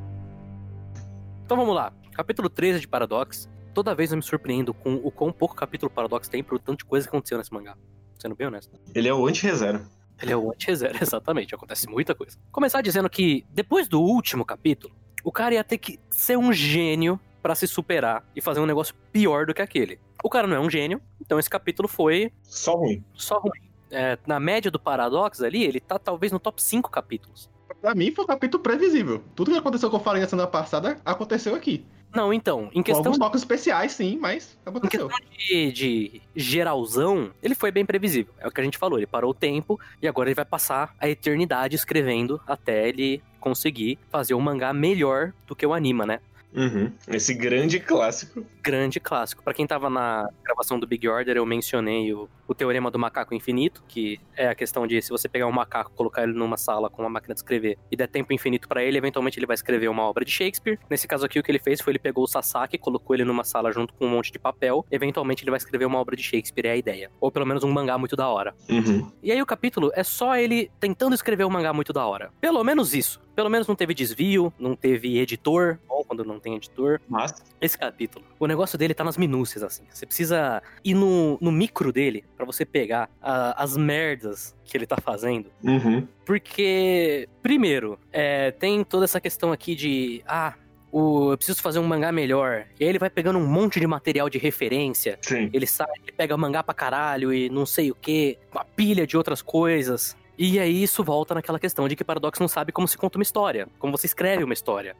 S2: '" Então vamos lá. Capítulo 13 de Paradox. Toda vez eu me surpreendo com o quão pouco capítulo Paradox tem pro tanto de coisa que aconteceu nesse mangá. Sendo bem honesto.
S6: Ele é o anti-reserva.
S2: Ele é o anti-zero, exatamente. Acontece muita coisa. Começar dizendo que, depois do último capítulo, o cara ia ter que ser um gênio pra se superar e fazer um negócio pior do que aquele. O cara não é um gênio, então esse capítulo foi
S6: Só ruim.
S2: só ruim. É, na média do Paradox ali, ele tá talvez no top 5 capítulos.
S3: Pra mim foi um capítulo previsível. Tudo que aconteceu com o Farinha semana passada aconteceu aqui.
S2: Não, então, em
S3: Com
S2: questão
S3: alguns toques especiais, sim, mas
S2: Em
S3: aconteceu.
S2: questão de, de geralzão, ele foi bem previsível. É o que a gente falou, ele parou o tempo e agora ele vai passar a eternidade escrevendo até ele conseguir fazer um mangá melhor do que o anima, né?
S6: Uhum. Esse grande clássico.
S2: Grande clássico. Pra quem tava na gravação do Big Order, eu mencionei o, o Teorema do Macaco Infinito, que é a questão de se você pegar um macaco, colocar ele numa sala com uma máquina de escrever e der tempo infinito pra ele, eventualmente ele vai escrever uma obra de Shakespeare. Nesse caso aqui, o que ele fez foi ele pegou o Sasaki, colocou ele numa sala junto com um monte de papel, eventualmente ele vai escrever uma obra de Shakespeare, é a ideia. Ou pelo menos um mangá muito da hora.
S6: Uhum.
S2: E aí o capítulo é só ele tentando escrever um mangá muito da hora. Pelo menos isso. Pelo menos não teve desvio, não teve editor, ou quando não tem editor
S6: Mas.
S2: esse capítulo. O negócio dele tá nas minúcias, assim. Você precisa ir no, no micro dele pra você pegar a- as merdas que ele tá fazendo.
S6: Uhum.
S2: Porque, primeiro, é, tem toda essa questão aqui de. Ah, o, eu preciso fazer um mangá melhor. E aí ele vai pegando um monte de material de referência.
S6: Sim.
S2: Ele sai, ele pega mangá pra caralho e não sei o que, uma pilha de outras coisas. E aí isso volta naquela questão de que Paradox não sabe como se conta uma história, como você escreve uma história.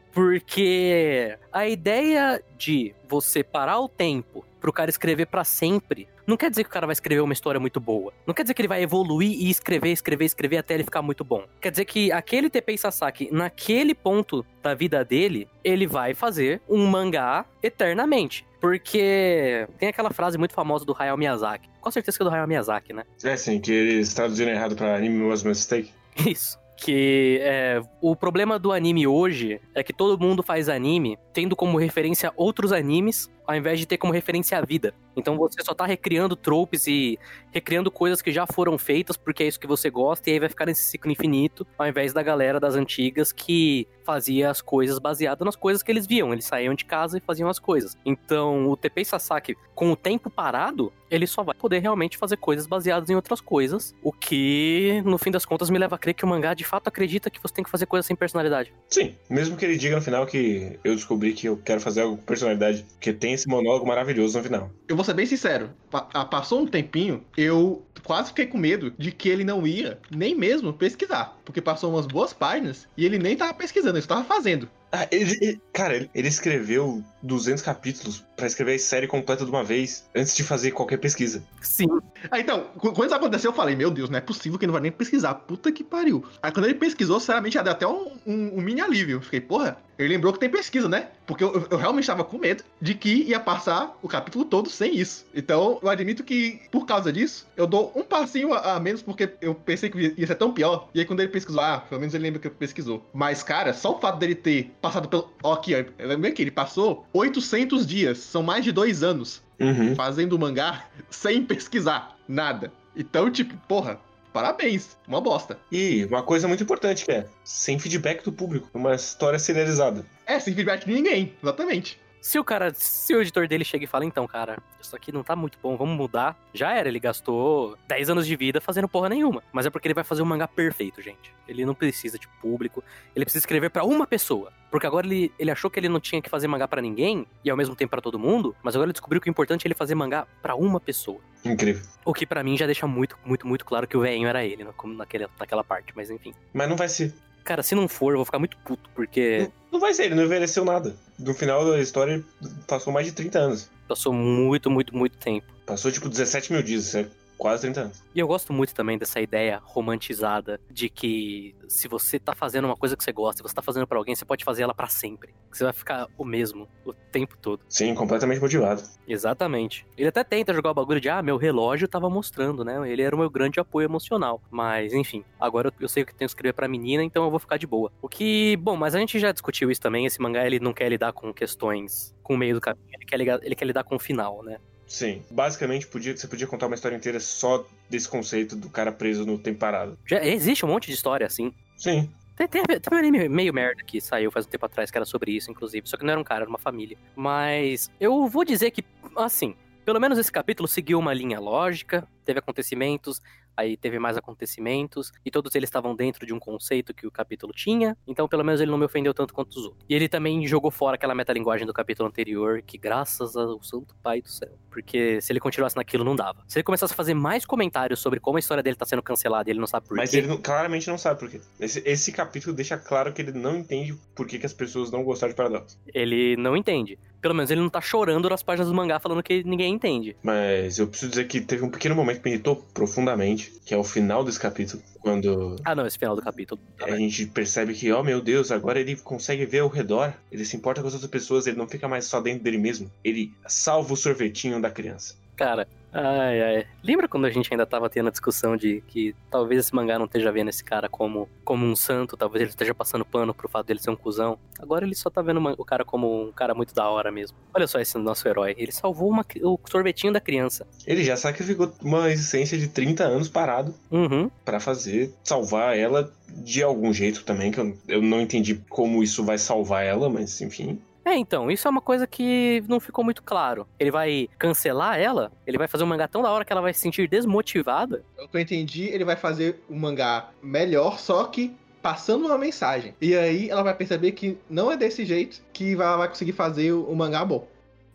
S2: Porque a ideia de você parar o tempo pro cara escrever pra sempre. Não quer dizer que o cara vai escrever uma história muito boa. Não quer dizer que ele vai evoluir e escrever, escrever, escrever até ele ficar muito bom. Quer dizer que aquele TP Sasaki, naquele ponto da vida dele, ele vai fazer um mangá eternamente. Porque tem aquela frase muito famosa do Hayao Miyazaki. Com certeza que é do Hayao Miyazaki, né?
S6: É assim, que eles traduziram errado pra anime was a mistake.
S2: Isso. Que é, o problema do anime hoje é que todo mundo faz anime tendo como referência outros animes ao invés de ter como referência a vida. Então você só tá recriando tropes e recriando coisas que já foram feitas porque é isso que você gosta e aí vai ficar nesse ciclo infinito, ao invés da galera das antigas que fazia as coisas baseadas nas coisas que eles viam. Eles saíam de casa e faziam as coisas. Então o TP Sasaki, com o tempo parado, ele só vai poder realmente fazer coisas baseadas em outras coisas, o que no fim das contas me leva a crer que o mangá de fato acredita que você tem que fazer coisas sem personalidade.
S6: Sim, mesmo que ele diga no final que eu descobri que eu quero fazer algo com personalidade, porque tem esse monólogo maravilhoso no final.
S3: Eu vou ser bem sincero, pa- ah, passou um tempinho, eu quase fiquei com medo de que ele não ia nem mesmo pesquisar. Porque passou umas boas páginas e ele nem tava pesquisando, ele só tava fazendo.
S6: Ah, ele, ele- cara, ele, ele escreveu 200 capítulos pra escrever a série completa de uma vez, antes de fazer qualquer pesquisa.
S2: Sim,
S3: Ah, então, qu- quando isso aconteceu, eu falei, meu Deus, não é possível que ele não vai nem pesquisar. Puta que pariu. Aí quando ele pesquisou, sinceramente, já deu até um, um- um mini alívio. Eu Fiquei, porra, ele lembrou que tem pesquisa, né? Porque eu, eu- eu realmente tava com medo de que ia passar o capítulo todo sem isso. Então, eu admito que, por causa disso, eu dou um passinho a, a menos, porque eu pensei que ia ser tão pior. E aí quando ele pesquisou, ah, pelo menos ele lembra que pesquisou. Mas, cara, só o fato dele ter passado pelo. Ó, aqui, ó. Lembra que ele passou 800 dias, são mais de dois anos
S6: Uhum.
S3: fazendo mangá sem pesquisar nada. Então, tipo, porra, parabéns, uma bosta.
S6: E uma coisa muito importante que é, sem feedback do público, uma história serializada.
S3: É, sem feedback de ninguém, exatamente.
S2: Se o cara, se o editor dele chega e fala, então, cara, isso aqui não tá muito bom, vamos mudar, já era, ele gastou 10 anos de vida fazendo porra nenhuma. Mas é porque ele vai fazer um mangá perfeito, gente. Ele não precisa de público, ele precisa escrever pra uma pessoa. Porque agora ele, ele achou que ele não tinha que fazer mangá pra ninguém, e ao mesmo tempo pra todo mundo, mas agora ele descobriu que o importante é ele fazer mangá pra uma pessoa.
S6: Incrível.
S2: O que pra mim já deixa muito, muito, muito claro que o veinho era ele, né, como naquele, naquela parte, mas enfim.
S6: Mas não vai ser.
S2: Cara, se não for, eu vou ficar muito puto, porque
S6: Não vai ser, ele não envelheceu nada. No final da história, ele passou mais de 30 anos.
S2: passou muito, muito, muito tempo.
S6: Passou tipo 17 mil dias, isso é quase 30 anos.
S2: E eu gosto muito também dessa ideia romantizada de que se você tá fazendo uma coisa que você gosta, se você tá fazendo pra alguém, você pode fazer ela pra sempre. Que você vai ficar o mesmo o tempo todo.
S6: Sim, completamente motivado.
S2: Exatamente. Ele até tenta jogar o bagulho de, ah, meu relógio tava mostrando, né? Ele era o meu grande apoio emocional. Mas, enfim, agora eu- eu sei o que tenho que escrever pra menina, então eu vou ficar de boa. O que, bom, mas a gente já discutiu isso também. Esse mangá, ele não quer lidar com questões com o meio do caminho. Ele quer, ligar- ele quer lidar com o final, né?
S6: Sim. Basicamente, podia, você podia contar uma história inteira só desse conceito do cara preso no tempo parado.
S2: Já existe um monte de história assim.
S6: Sim.
S2: Tem, tem, tem um anime meio merda que saiu faz um tempo atrás que era sobre isso, inclusive. Só que não era um cara, era uma família. Mas eu vou dizer que, assim, pelo menos esse capítulo seguiu uma linha lógica. Teve acontecimentos, aí teve mais acontecimentos. E todos eles estavam dentro de um conceito que o capítulo tinha. Então, pelo menos, ele não me ofendeu tanto quanto os outros. E ele também jogou fora aquela metalinguagem do capítulo anterior, que graças ao santo pai do céu. Porque se ele continuasse naquilo, não dava. Se ele começasse a fazer mais comentários sobre como a história dele tá sendo cancelada e ele não sabe por
S6: Mas
S2: quê.
S6: ele não- claramente não sabe por quê. Esse, esse capítulo deixa claro que ele não entende por que, que as pessoas não gostaram de Paradox.
S2: ele não entende. Pelo menos ele não tá chorando nas páginas do mangá falando que ninguém entende.
S6: Mas eu preciso dizer que teve um pequeno momento que me irritou profundamente, que é o final desse capítulo, quando
S2: Ah, não, esse final do capítulo. Tá
S6: a
S2: bem.
S6: gente percebe que, oh meu Deus, agora ele consegue ver ao redor, ele se importa com as outras pessoas, ele não fica mais só dentro dele mesmo. Ele salva o sorvetinho da criança.
S2: Cara, ai, ai. Lembra quando a gente ainda tava tendo a discussão de que talvez esse mangá não esteja vendo esse cara como, como um santo, talvez ele esteja passando pano pro fato dele ser um cuzão. Agora ele só tá vendo uma- o cara como um cara muito da hora mesmo. Olha só esse nosso herói. Ele salvou uma cri- o sorvetinho da criança.
S6: Ele já sacrificou uma existência de 30 anos parado
S2: Uhum.
S6: pra fazer, salvar ela de algum jeito também, que eu, eu não entendi como isso vai salvar ela, mas enfim.
S2: É, então, isso é uma coisa que não ficou muito claro. Ele vai cancelar ela, ele vai fazer um mangá tão da hora que ela vai se sentir desmotivada.
S3: Pelo que eu entendi, ele vai fazer um mangá melhor, só que passando uma mensagem. E aí ela vai perceber que não é desse jeito que ela vai conseguir fazer o o mangá bom.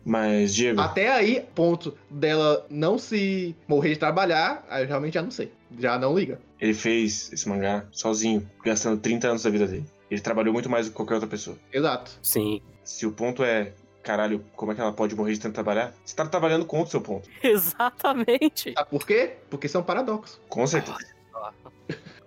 S6: Mas, Diego,
S3: Até aí, ponto dela não se morrer de trabalhar, aí eu realmente já não sei. Já não liga.
S6: ele fez esse mangá sozinho, gastando 30 anos da vida dele. Ele trabalhou muito mais do que qualquer outra pessoa.
S3: Exato.
S2: Sim,
S6: Se o ponto é, caralho, como é que ela pode morrer de tanto trabalhar? Você tá trabalhando contra o seu ponto,
S2: Exatamente.
S3: Sabe por quê? Porque é um são paradoxos.
S6: com certeza.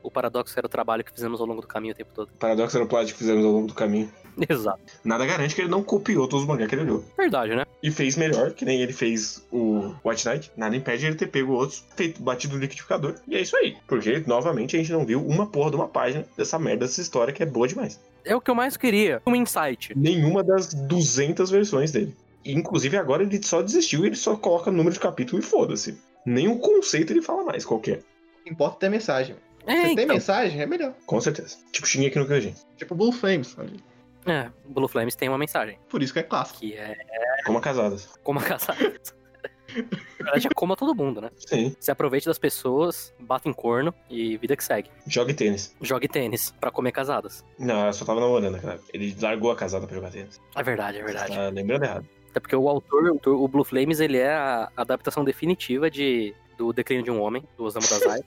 S2: O paradoxo era o trabalho que fizemos ao longo do caminho o tempo todo.
S6: Paradoxo era o plot que fizemos ao longo do caminho.
S2: Exato.
S6: Nada garante que ele não copiou todos os mangá que ele olhou.
S2: Verdade, né?
S6: E fez melhor, que nem ele fez o White Knight. Nada impede ele ter pego outros, feito, batido no liquidificador. E é isso aí. Porque, novamente, a gente não viu uma porra de uma página dessa merda, dessa história que é boa demais.
S2: É o que eu mais queria. Um insight.
S6: Nenhuma das 200 versões dele. Inclusive, agora ele só desistiu e ele só coloca número de capítulo e foda-se. Nem o conceito ele fala mais é. qualquer.
S3: Importa ter mensagem.
S2: É,
S3: Você tem
S2: então.
S3: mensagem, é melhor.
S6: Com certeza. Tipo, xinguei aqui no Kyojin.
S3: Tipo Blue Flames, sabe?
S2: É, Blue Flames tem uma mensagem,
S3: Por isso que é clássico.
S2: que é
S6: Como casadas.
S2: coma casado. Na verdade, é coma todo mundo, né?
S6: Sim.
S2: Se aproveite das pessoas, bata em corno e vida que segue.
S6: Jogue tênis.
S2: Jogue tênis pra comer casadas.
S6: Não, ela só tava namorando, cara. Ele largou a casada pra jogar tênis.
S2: É verdade, é verdade.
S6: Tá lembrando errado.
S2: Até porque o autor, o, autor- o Blue Flames, ele é a adaptação definitiva de do Declínio de um Homem, do Osamu Dazai.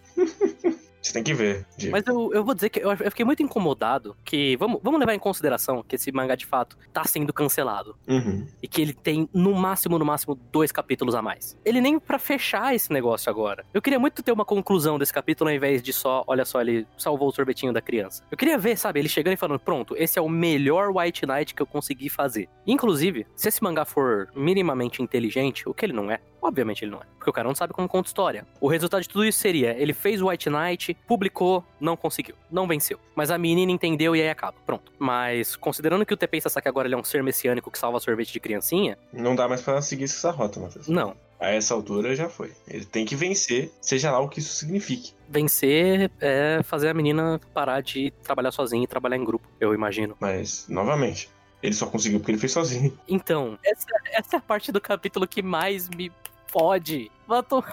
S6: Você tem que ver, Diego.
S2: Mas eu, eu vou dizer que eu, eu fiquei muito incomodado que, vamos, vamos levar em consideração que esse mangá, de fato, tá sendo cancelado.
S6: Uhum.
S2: E que ele tem, no máximo, no máximo, dois capítulos a mais. Ele nem pra fechar esse negócio agora. Eu queria muito ter uma conclusão desse capítulo, ao invés de só, olha só, ele salvou o sorvetinho da criança. Eu queria ver, sabe, ele chegando e falando, pronto, esse é o melhor White Knight que eu consegui fazer. Inclusive, se esse mangá for minimamente inteligente, o que ele não é, obviamente ele não é. Porque o cara não sabe como conta história. O resultado de tudo isso seria, ele fez o White Knight, publicou, não conseguiu, não venceu. Mas a menina entendeu e aí acaba, pronto. Mas, considerando que o TP Sasaki agora ele é um ser messiânico que salva sorvete de criancinha,
S6: Não dá mais pra seguir essa rota, Matheus.
S2: não.
S6: A essa altura já foi. Ele tem que vencer, seja lá o que isso signifique.
S2: Vencer é fazer a menina parar de trabalhar sozinha e trabalhar em grupo, eu imagino.
S6: Mas, novamente, ele só conseguiu porque ele fez sozinho.
S2: Então, essa, essa é a parte do capítulo que mais me fode. Mato.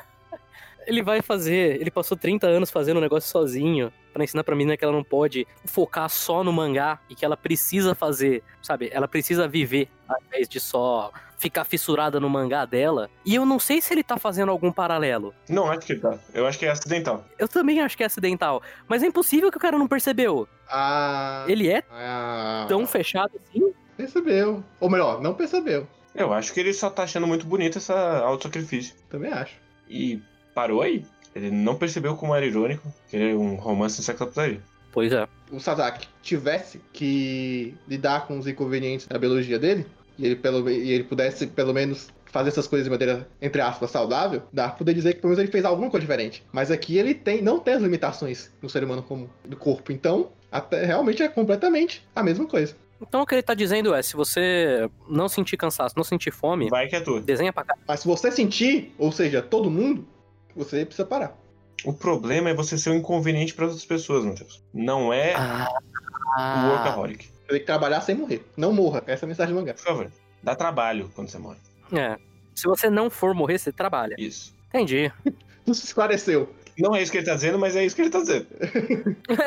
S2: Ele vai fazer, ele passou 30 anos fazendo o negócio sozinho, pra ensinar pra menina que ela não pode focar só no mangá e que ela precisa fazer, sabe? Ela precisa viver, ao invés de só ficar fissurada no mangá dela. E eu não sei se ele tá fazendo algum paralelo.
S6: Não acho que ele tá. Eu acho que é acidental.
S2: Eu também acho que é acidental, mas é impossível que o cara não percebeu.
S3: Ah.
S2: Ele é
S3: ah,
S2: tão fechado assim?
S3: Percebeu. Ou melhor, não percebeu.
S6: Eu acho que ele só tá achando muito bonito essa autossacrifício.
S3: Também acho.
S6: E parou aí. Ele não percebeu como era irônico, que ele é um romance no sexo da putaria.
S2: Pois é.
S3: O Sasaki tivesse que lidar com os inconvenientes da biologia dele, e ele, pelo, me- e ele pudesse, pelo menos, fazer essas coisas de maneira, entre aspas, saudável, dá pra poder dizer que pelo menos ele fez alguma coisa diferente. Mas aqui ele tem, não tem as limitações do ser humano comum, do corpo. Então, até, realmente é completamente a mesma coisa.
S2: Então o que ele tá dizendo é, se você não sentir cansaço, não sentir fome,
S6: Vai que é tua.
S2: desenha pra cá.
S3: Mas se você sentir, ou seja, todo mundo, você precisa parar.
S6: O problema é você ser um inconveniente para outras pessoas, Matheus. Não é um workaholic.
S3: Você tem que trabalhar sem morrer. Não morra. Essa é a mensagem do mangá.
S6: Por favor, dá trabalho quando você morre.
S2: É. Se você não for morrer, você trabalha.
S6: Isso.
S2: Entendi.
S3: Não se esclareceu.
S6: Não é isso que ele tá dizendo, mas é isso que ele tá dizendo.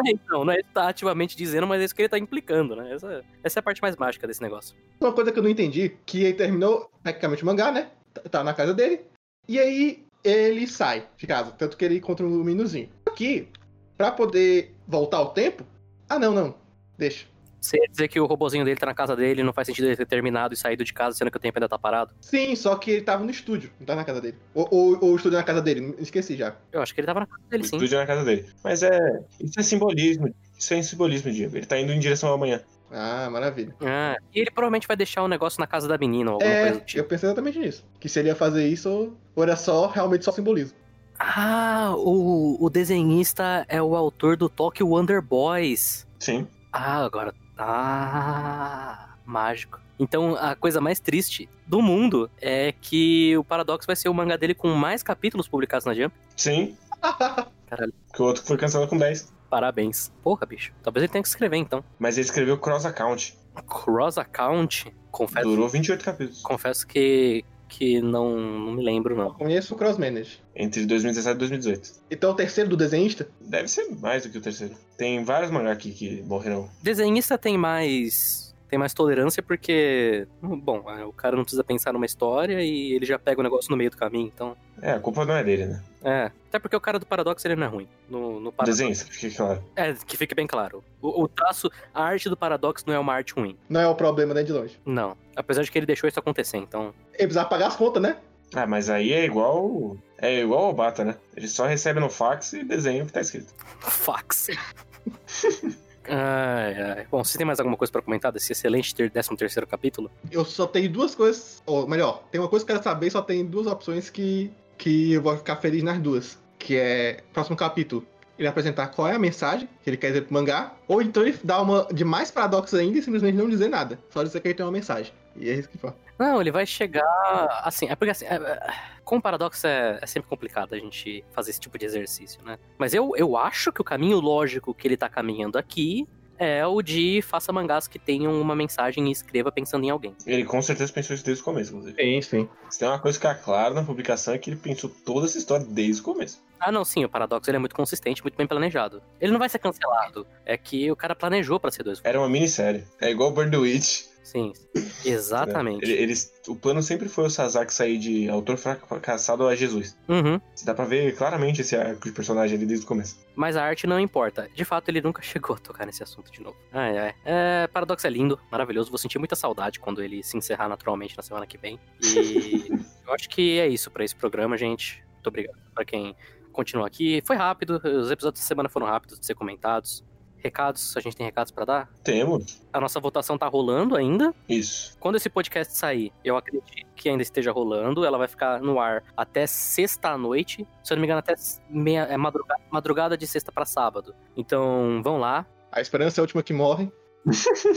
S2: então, não é ele tá ativamente dizendo, mas é isso que ele tá implicando, né? Essa, essa é a parte mais mágica desse negócio.
S3: Uma coisa que eu não entendi, que ele terminou praticamente o mangá, né? Tá- Tá na casa dele. E aí ele sai de casa. Tanto que ele encontra um meninozinho. Aqui, pra poder voltar ao tempo. Ah, não, não. Deixa.
S2: Você ia dizer que o robozinho dele tá na casa dele, não faz sentido ele ter terminado e saído de casa, sendo que o tempo ainda tá parado?
S3: Sim, só que ele tava no estúdio, não tava na casa dele. Ou, ou, ou o estúdio é na casa dele, esqueci já.
S2: Eu acho que ele tava na casa
S6: O
S2: dele, sim.
S6: estúdio é na casa dele. Mas é. Isso é simbolismo. Isso é simbolismo, Diego. Ele tá indo em direção ao amanhã.
S3: Ah, maravilha.
S2: Ah, e ele provavelmente vai deixar o negócio na casa da menina ou alguma
S3: É,
S2: coisa do tipo.
S3: eu pensei exatamente nisso. Que se ele ia fazer isso, ou- ou era só, realmente só simbolismo.
S2: Ah, o, o desenhista é o autor do Tokyo Wonder Boys.
S6: Sim.
S2: Ah, agora. Ah, mágico. Então, a coisa mais triste do mundo é que o Paradox vai ser o mangá dele com mais capítulos publicados na Jump.
S6: Sim.
S2: Caralho.
S6: Porque o outro foi cancelado com 10.
S2: Parabéns. Porra, bicho. Talvez ele tenha que escrever, então.
S6: Mas ele escreveu Cross Account.
S2: Cross Account? Confesso,
S6: Durou 28 capítulos.
S2: confesso que, que não, não me lembro, não.
S3: Conheço o Cross Manage.
S6: Entre 2017 e 2018.
S3: Então o terceiro do desenhista,
S6: Deve ser mais do que o terceiro. Tem vários mangá aqui que morreram.
S2: Desenhista tem mais. Tem mais tolerância porque. Bom, é, o cara não precisa pensar numa história e ele já pega o negócio no meio do caminho, então.
S6: É, a culpa não é dele, né?
S2: É. Até porque o cara do Paradox ele não é ruim. No, no Paradox.
S6: Desenho, isso que fica claro.
S2: É, que fique bem claro. O, o traço, a arte do paradoxo não é uma arte ruim.
S3: não é o problema nem de longe.
S2: Não. Apesar de que ele deixou isso acontecer, então.
S3: Ele precisava pagar as contas, né?
S6: Ah, mas aí é igual. É igual ao Bata, né? Ele só recebe no fax e desenha o que tá escrito.
S2: Fax. ai, ai. Bom, você tem mais alguma coisa pra comentar desse excelente ter 13 terceiro capítulo?
S3: Eu só tenho duas coisas, ou melhor, tem uma coisa que eu quero saber e só tem duas opções que, que eu vou ficar feliz nas duas. Que é próximo capítulo. ele apresentar qual é a mensagem que ele quer dizer pro mangá, ou então ele dá uma de mais paradoxo ainda e simplesmente não dizer nada, só dizer que ele tem uma mensagem. E é isso que fala.
S2: Não, ele vai chegar. Assim, é porque assim. é- é- com paradoxo é, é sempre complicado a gente fazer esse tipo de exercício, né? Mas eu, eu acho que o caminho lógico que ele tá caminhando aqui é o de faça mangás que tenham uma mensagem e escreva pensando em alguém.
S6: Ele com certeza pensou isso desde o começo, inclusive.
S3: Sim, sim.
S6: Se tem uma coisa que é clara na publicação é que ele pensou toda essa história desde o começo.
S2: Ah, não, sim, o paradoxo ele é muito consistente, muito bem planejado. Ele não vai ser cancelado. É que o cara planejou pra ser dois.
S6: Era uma minissérie. É igual Burn the Witch.
S2: Sim,
S6: né?
S2: exatamente.
S6: Ele- eles, o plano sempre foi o Sazaki sair de autor fracassado a Jesus.
S2: Uhum.
S6: Dá pra ver claramente esse arco de personagem ali desde o começo.
S2: Mas a arte não importa. De fato, ele nunca chegou a tocar nesse assunto de novo. Ai, ai. É, Paradoxo é lindo, maravilhoso. Vou sentir muita saudade quando ele se encerrar naturalmente na semana que vem. E eu acho que é isso pra esse programa, gente. Muito obrigado pra quem continua aqui. Foi rápido, os episódios da semana foram rápidos de ser comentados. Recados, a gente tem recados pra dar?
S6: Temos.
S2: A nossa votação tá rolando ainda.
S6: Isso.
S2: Quando esse podcast sair, eu acredito que ainda esteja rolando. Ela vai ficar no ar até sexta à noite. Se eu não me engano, até meia, é madrugada, madrugada de sexta pra sábado. Então, vão lá.
S3: A esperança é a última que morre.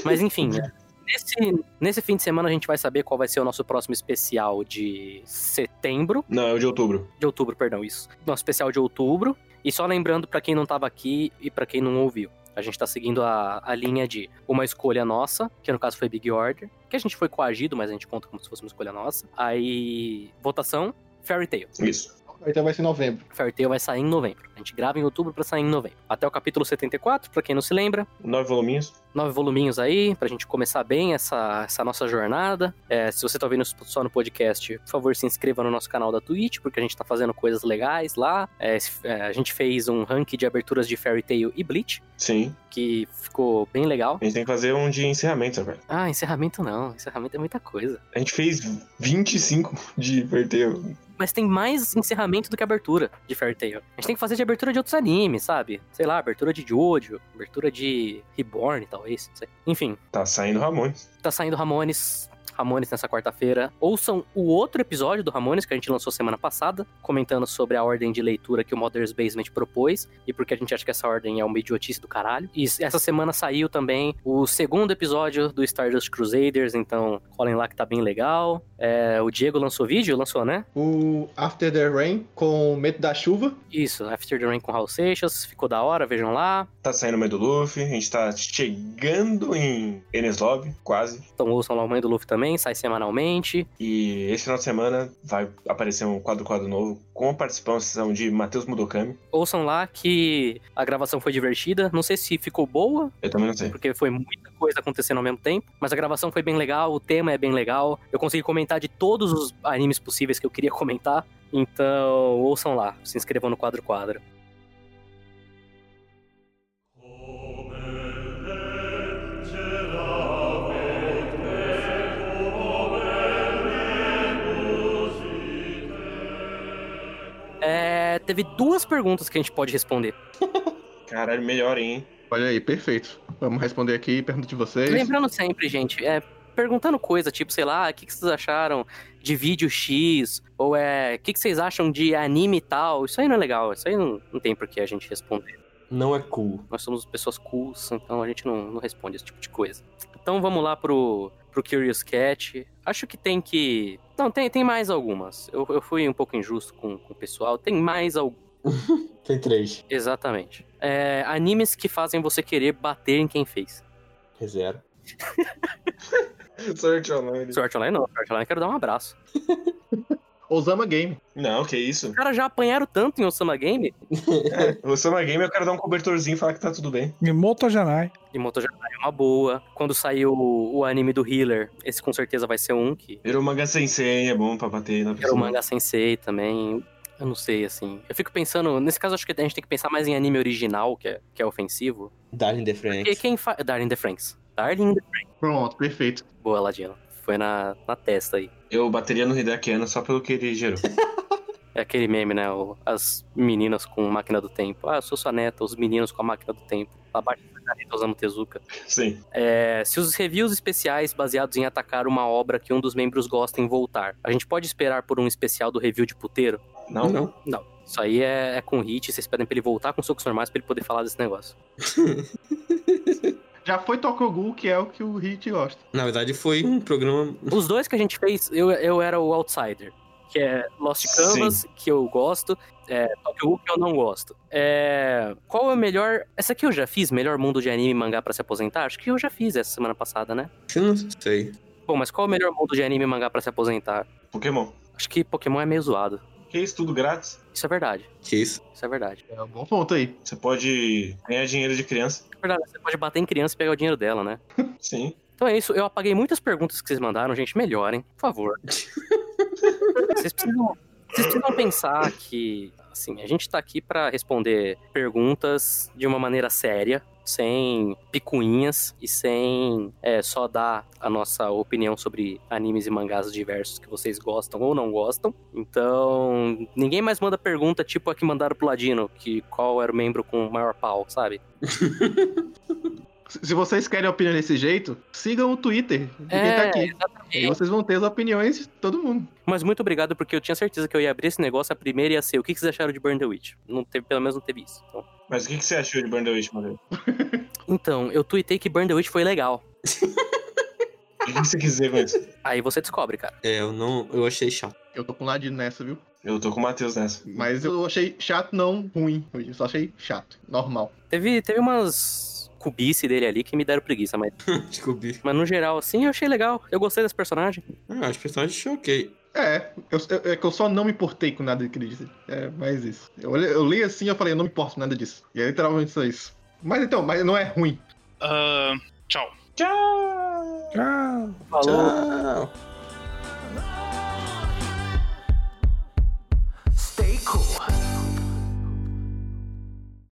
S2: Mas enfim, é. nesse, nesse fim de semana a gente vai saber qual vai ser o nosso próximo especial de setembro.
S6: Não, é o de outubro.
S2: De outubro, perdão, isso. Nosso especial de outubro. E só lembrando pra quem não tava aqui e pra quem não ouviu. A gente tá seguindo a, a linha de uma escolha nossa, que no caso foi Big Order, que a gente foi coagido, mas a gente conta como se fosse uma escolha nossa. Aí, votação, Fairy Tail.
S6: Isso.
S3: Então vai ser em novembro.
S2: Fairy Tail vai sair em novembro. A gente grava em outubro pra sair em novembro. Até o capítulo 74, pra quem não se lembra.
S6: Nove voluminhos.
S2: Nove voluminhos aí, pra gente começar bem essa, essa nossa jornada. É, se você tá ouvindo só no podcast, por favor, se inscreva no nosso canal da Twitch, porque a gente tá fazendo coisas legais lá. É, se- é, a gente fez um ranking de aberturas de Fairy Tail e Bleach,
S6: Sim.
S2: que ficou bem legal.
S6: A gente tem que fazer um de encerramento, velho.
S2: Ah, encerramento não. Encerramento é muita coisa.
S6: A gente fez 25 de verteiro.
S2: Mas tem mais encerramento do que abertura de Fairy Tail. A gente tem que fazer de abertura de outros animes, sabe? Sei lá, abertura de Jojo, abertura de Reborn, talvez. Não sei. Enfim,
S6: Tá saindo Ramones.
S2: tá saindo Ramones. Ramones nessa quarta-feira. Ouçam o outro episódio do Ramones que a gente lançou semana passada, comentando sobre a ordem de leitura que o Mother's Basement propôs e porque a gente acha que essa ordem é uma idiotice do caralho. E essa semana saiu também o segundo episódio do Stardust Crusaders, então colhem lá que tá bem legal. É, o Diego lançou vídeo? Lançou, né?
S3: O After the Rain com Medo da Chuva.
S2: Isso, After the Rain com Raul Seixas, ficou da hora, vejam lá.
S6: Tá saindo Mãe do Luffy. A gente tá chegando em Enes Lobby, quase.
S2: Então ouçam lá o Mãe do Luffy também, sai semanalmente.
S6: E esse final de semana vai aparecer um quadro-quadro novo com a participação de Matheus Mudokami.
S2: Ouçam lá que a gravação foi divertida, não sei se ficou boa,
S6: Eu também não sei.
S2: porque foi muita coisa acontecendo ao mesmo tempo, mas a gravação foi bem legal, o tema é bem legal, eu consegui comentar de todos os animes possíveis que eu queria comentar, então ouçam lá, se inscrevam no Quadro Quadro. É, teve duas perguntas que a gente pode responder.
S6: Caralho, melhor, hein?
S3: Olha aí, perfeito. Vamos responder aqui pergunta de vocês.
S2: Lembrando sempre, gente, é perguntando coisa, tipo, sei lá, o que, que vocês acharam de vídeo X, ou é, o que, que vocês acham de anime tal, isso aí não é legal, isso aí não, não tem por que a gente responder.
S5: Não é cool.
S2: Nós somos pessoas cultas, então a gente não, não responde esse tipo de coisa. Então vamos lá pro, pro Curious Cat. Acho que tem que... Não, tem, tem mais algumas. Eu, eu fui um pouco injusto com, com o pessoal, tem mais algumas.
S5: Tem três.
S2: Exatamente. É, animes que fazem você querer bater em quem fez.
S5: É zero.
S6: Sorte online.
S2: Sword Art Online não, Sword Art Online eu quero dar um abraço.
S3: Osama Game.
S6: Não, que isso.
S2: Os caras já apanharam tanto em Osama Game
S6: O Summer Game eu quero dar um cobertorzinho e falar que tá tudo bem.
S4: E Motojanai.
S2: e Motojanai é uma boa. Quando saiu o, o anime do Healer, esse com certeza vai ser um que
S6: Virou manga sensei, é bom pra bater na
S2: era o
S6: pessoa.
S2: manga sensei também. Eu não sei, assim. Eu fico pensando, nesse caso acho que a gente tem que pensar mais em anime original, que é, que é ofensivo.
S5: Darling the
S2: E
S5: Franks.
S2: quem faz. Darling in the Franks. Darling in the...
S3: Pronto, perfeito.
S2: Boa, Ladino. Foi na, na testa aí.
S6: Eu bateria no Hideaki Anno só pelo que ele gerou.
S2: É aquele meme, né? o- as meninas com máquina do tempo. Ah, eu sou sua neta, os meninos com a máquina do tempo. Tá Abaixo da caneta usando Tezuka.
S6: Sim.
S2: É, se os reviews especiais baseados em atacar uma obra que um dos membros gosta em voltar, a gente pode esperar por um especial do review de puteiro?
S6: Não, não.
S2: Não. Isso aí é, é com hit, vocês pedem pra ele voltar com socos normais pra ele poder falar desse negócio.
S3: Já foi Tokugu, que é o que o Hit gosta.
S5: Na verdade, foi um programa.
S2: Os dois que a gente fez, eu, eu era o Outsider, que é Lost Canvas, que eu gosto, é, Tokyo Ghoul, que eu não gosto. É, qual é o melhor... Essa aqui eu já fiz, melhor mundo de anime e mangá pra se aposentar? Acho que eu já fiz essa semana passada, né?
S5: Eu não sei.
S2: Bom, mas qual é o melhor mundo de anime e mangá pra se aposentar?
S6: Pokémon.
S2: Acho que Pokémon é meio zoado.
S6: Que isso, tudo grátis.
S2: Isso é verdade,
S5: Que isso?
S2: isso é verdade.
S3: É um bom ponto aí.
S6: Você pode ganhar dinheiro de criança.
S2: É verdade, você pode bater em criança e pegar o dinheiro dela, né?
S6: Sim.
S2: Então é isso, eu apaguei muitas perguntas que vocês mandaram, gente, melhorem, por favor. vocês, precisam, vocês precisam pensar que, assim, a gente tá aqui pra responder perguntas de uma maneira séria, sem picuinhas e sem é, só dar a nossa opinião sobre animes e mangás diversos que vocês gostam ou não gostam. Então, ninguém mais manda pergunta tipo a que mandaram pro Ladino, que qual era o membro com o maior pau, sabe?
S3: Se se vocês querem opinião desse jeito, sigam o Twitter de quem tá aqui. E vocês vão ter as opiniões de todo mundo.
S2: Mas muito obrigado, porque eu tinha certeza que eu ia abrir esse negócio, a primeira ia ser o que que vocês acharam de Burn the Witch. Não teve, pelo menos não teve isso. Então,
S6: Mas o que, que você achou de Burn the Witch, Matheus?
S2: Então, eu tuitei que Burn the Witch foi legal.
S6: O que que você quis dizer com isso?
S2: Aí você descobre, cara.
S5: É, eu não. Eu achei chato.
S3: Eu tô com ladinho nessa, viu?
S6: Eu tô com o Matheus nessa.
S3: Mas eu achei chato, não ruim. Eu só achei chato, normal.
S2: Teve, teve umas cubice dele ali que me deram preguiça, mas,
S5: Descobri.
S2: mas no geral, assim, eu achei legal. Eu gostei desse personagem.
S5: Ah, os personagens achei ok.
S3: É, eu, eu- é que eu só não me importei com nada que ele disse. É, mais isso. Eu, olhei- eu li assim e eu falei, eu não me importo com nada disso. E é literalmente só isso. Mas então, mas não é ruim.
S8: Ah, tchau.
S4: Ah,
S2: Falou.
S5: Tchau.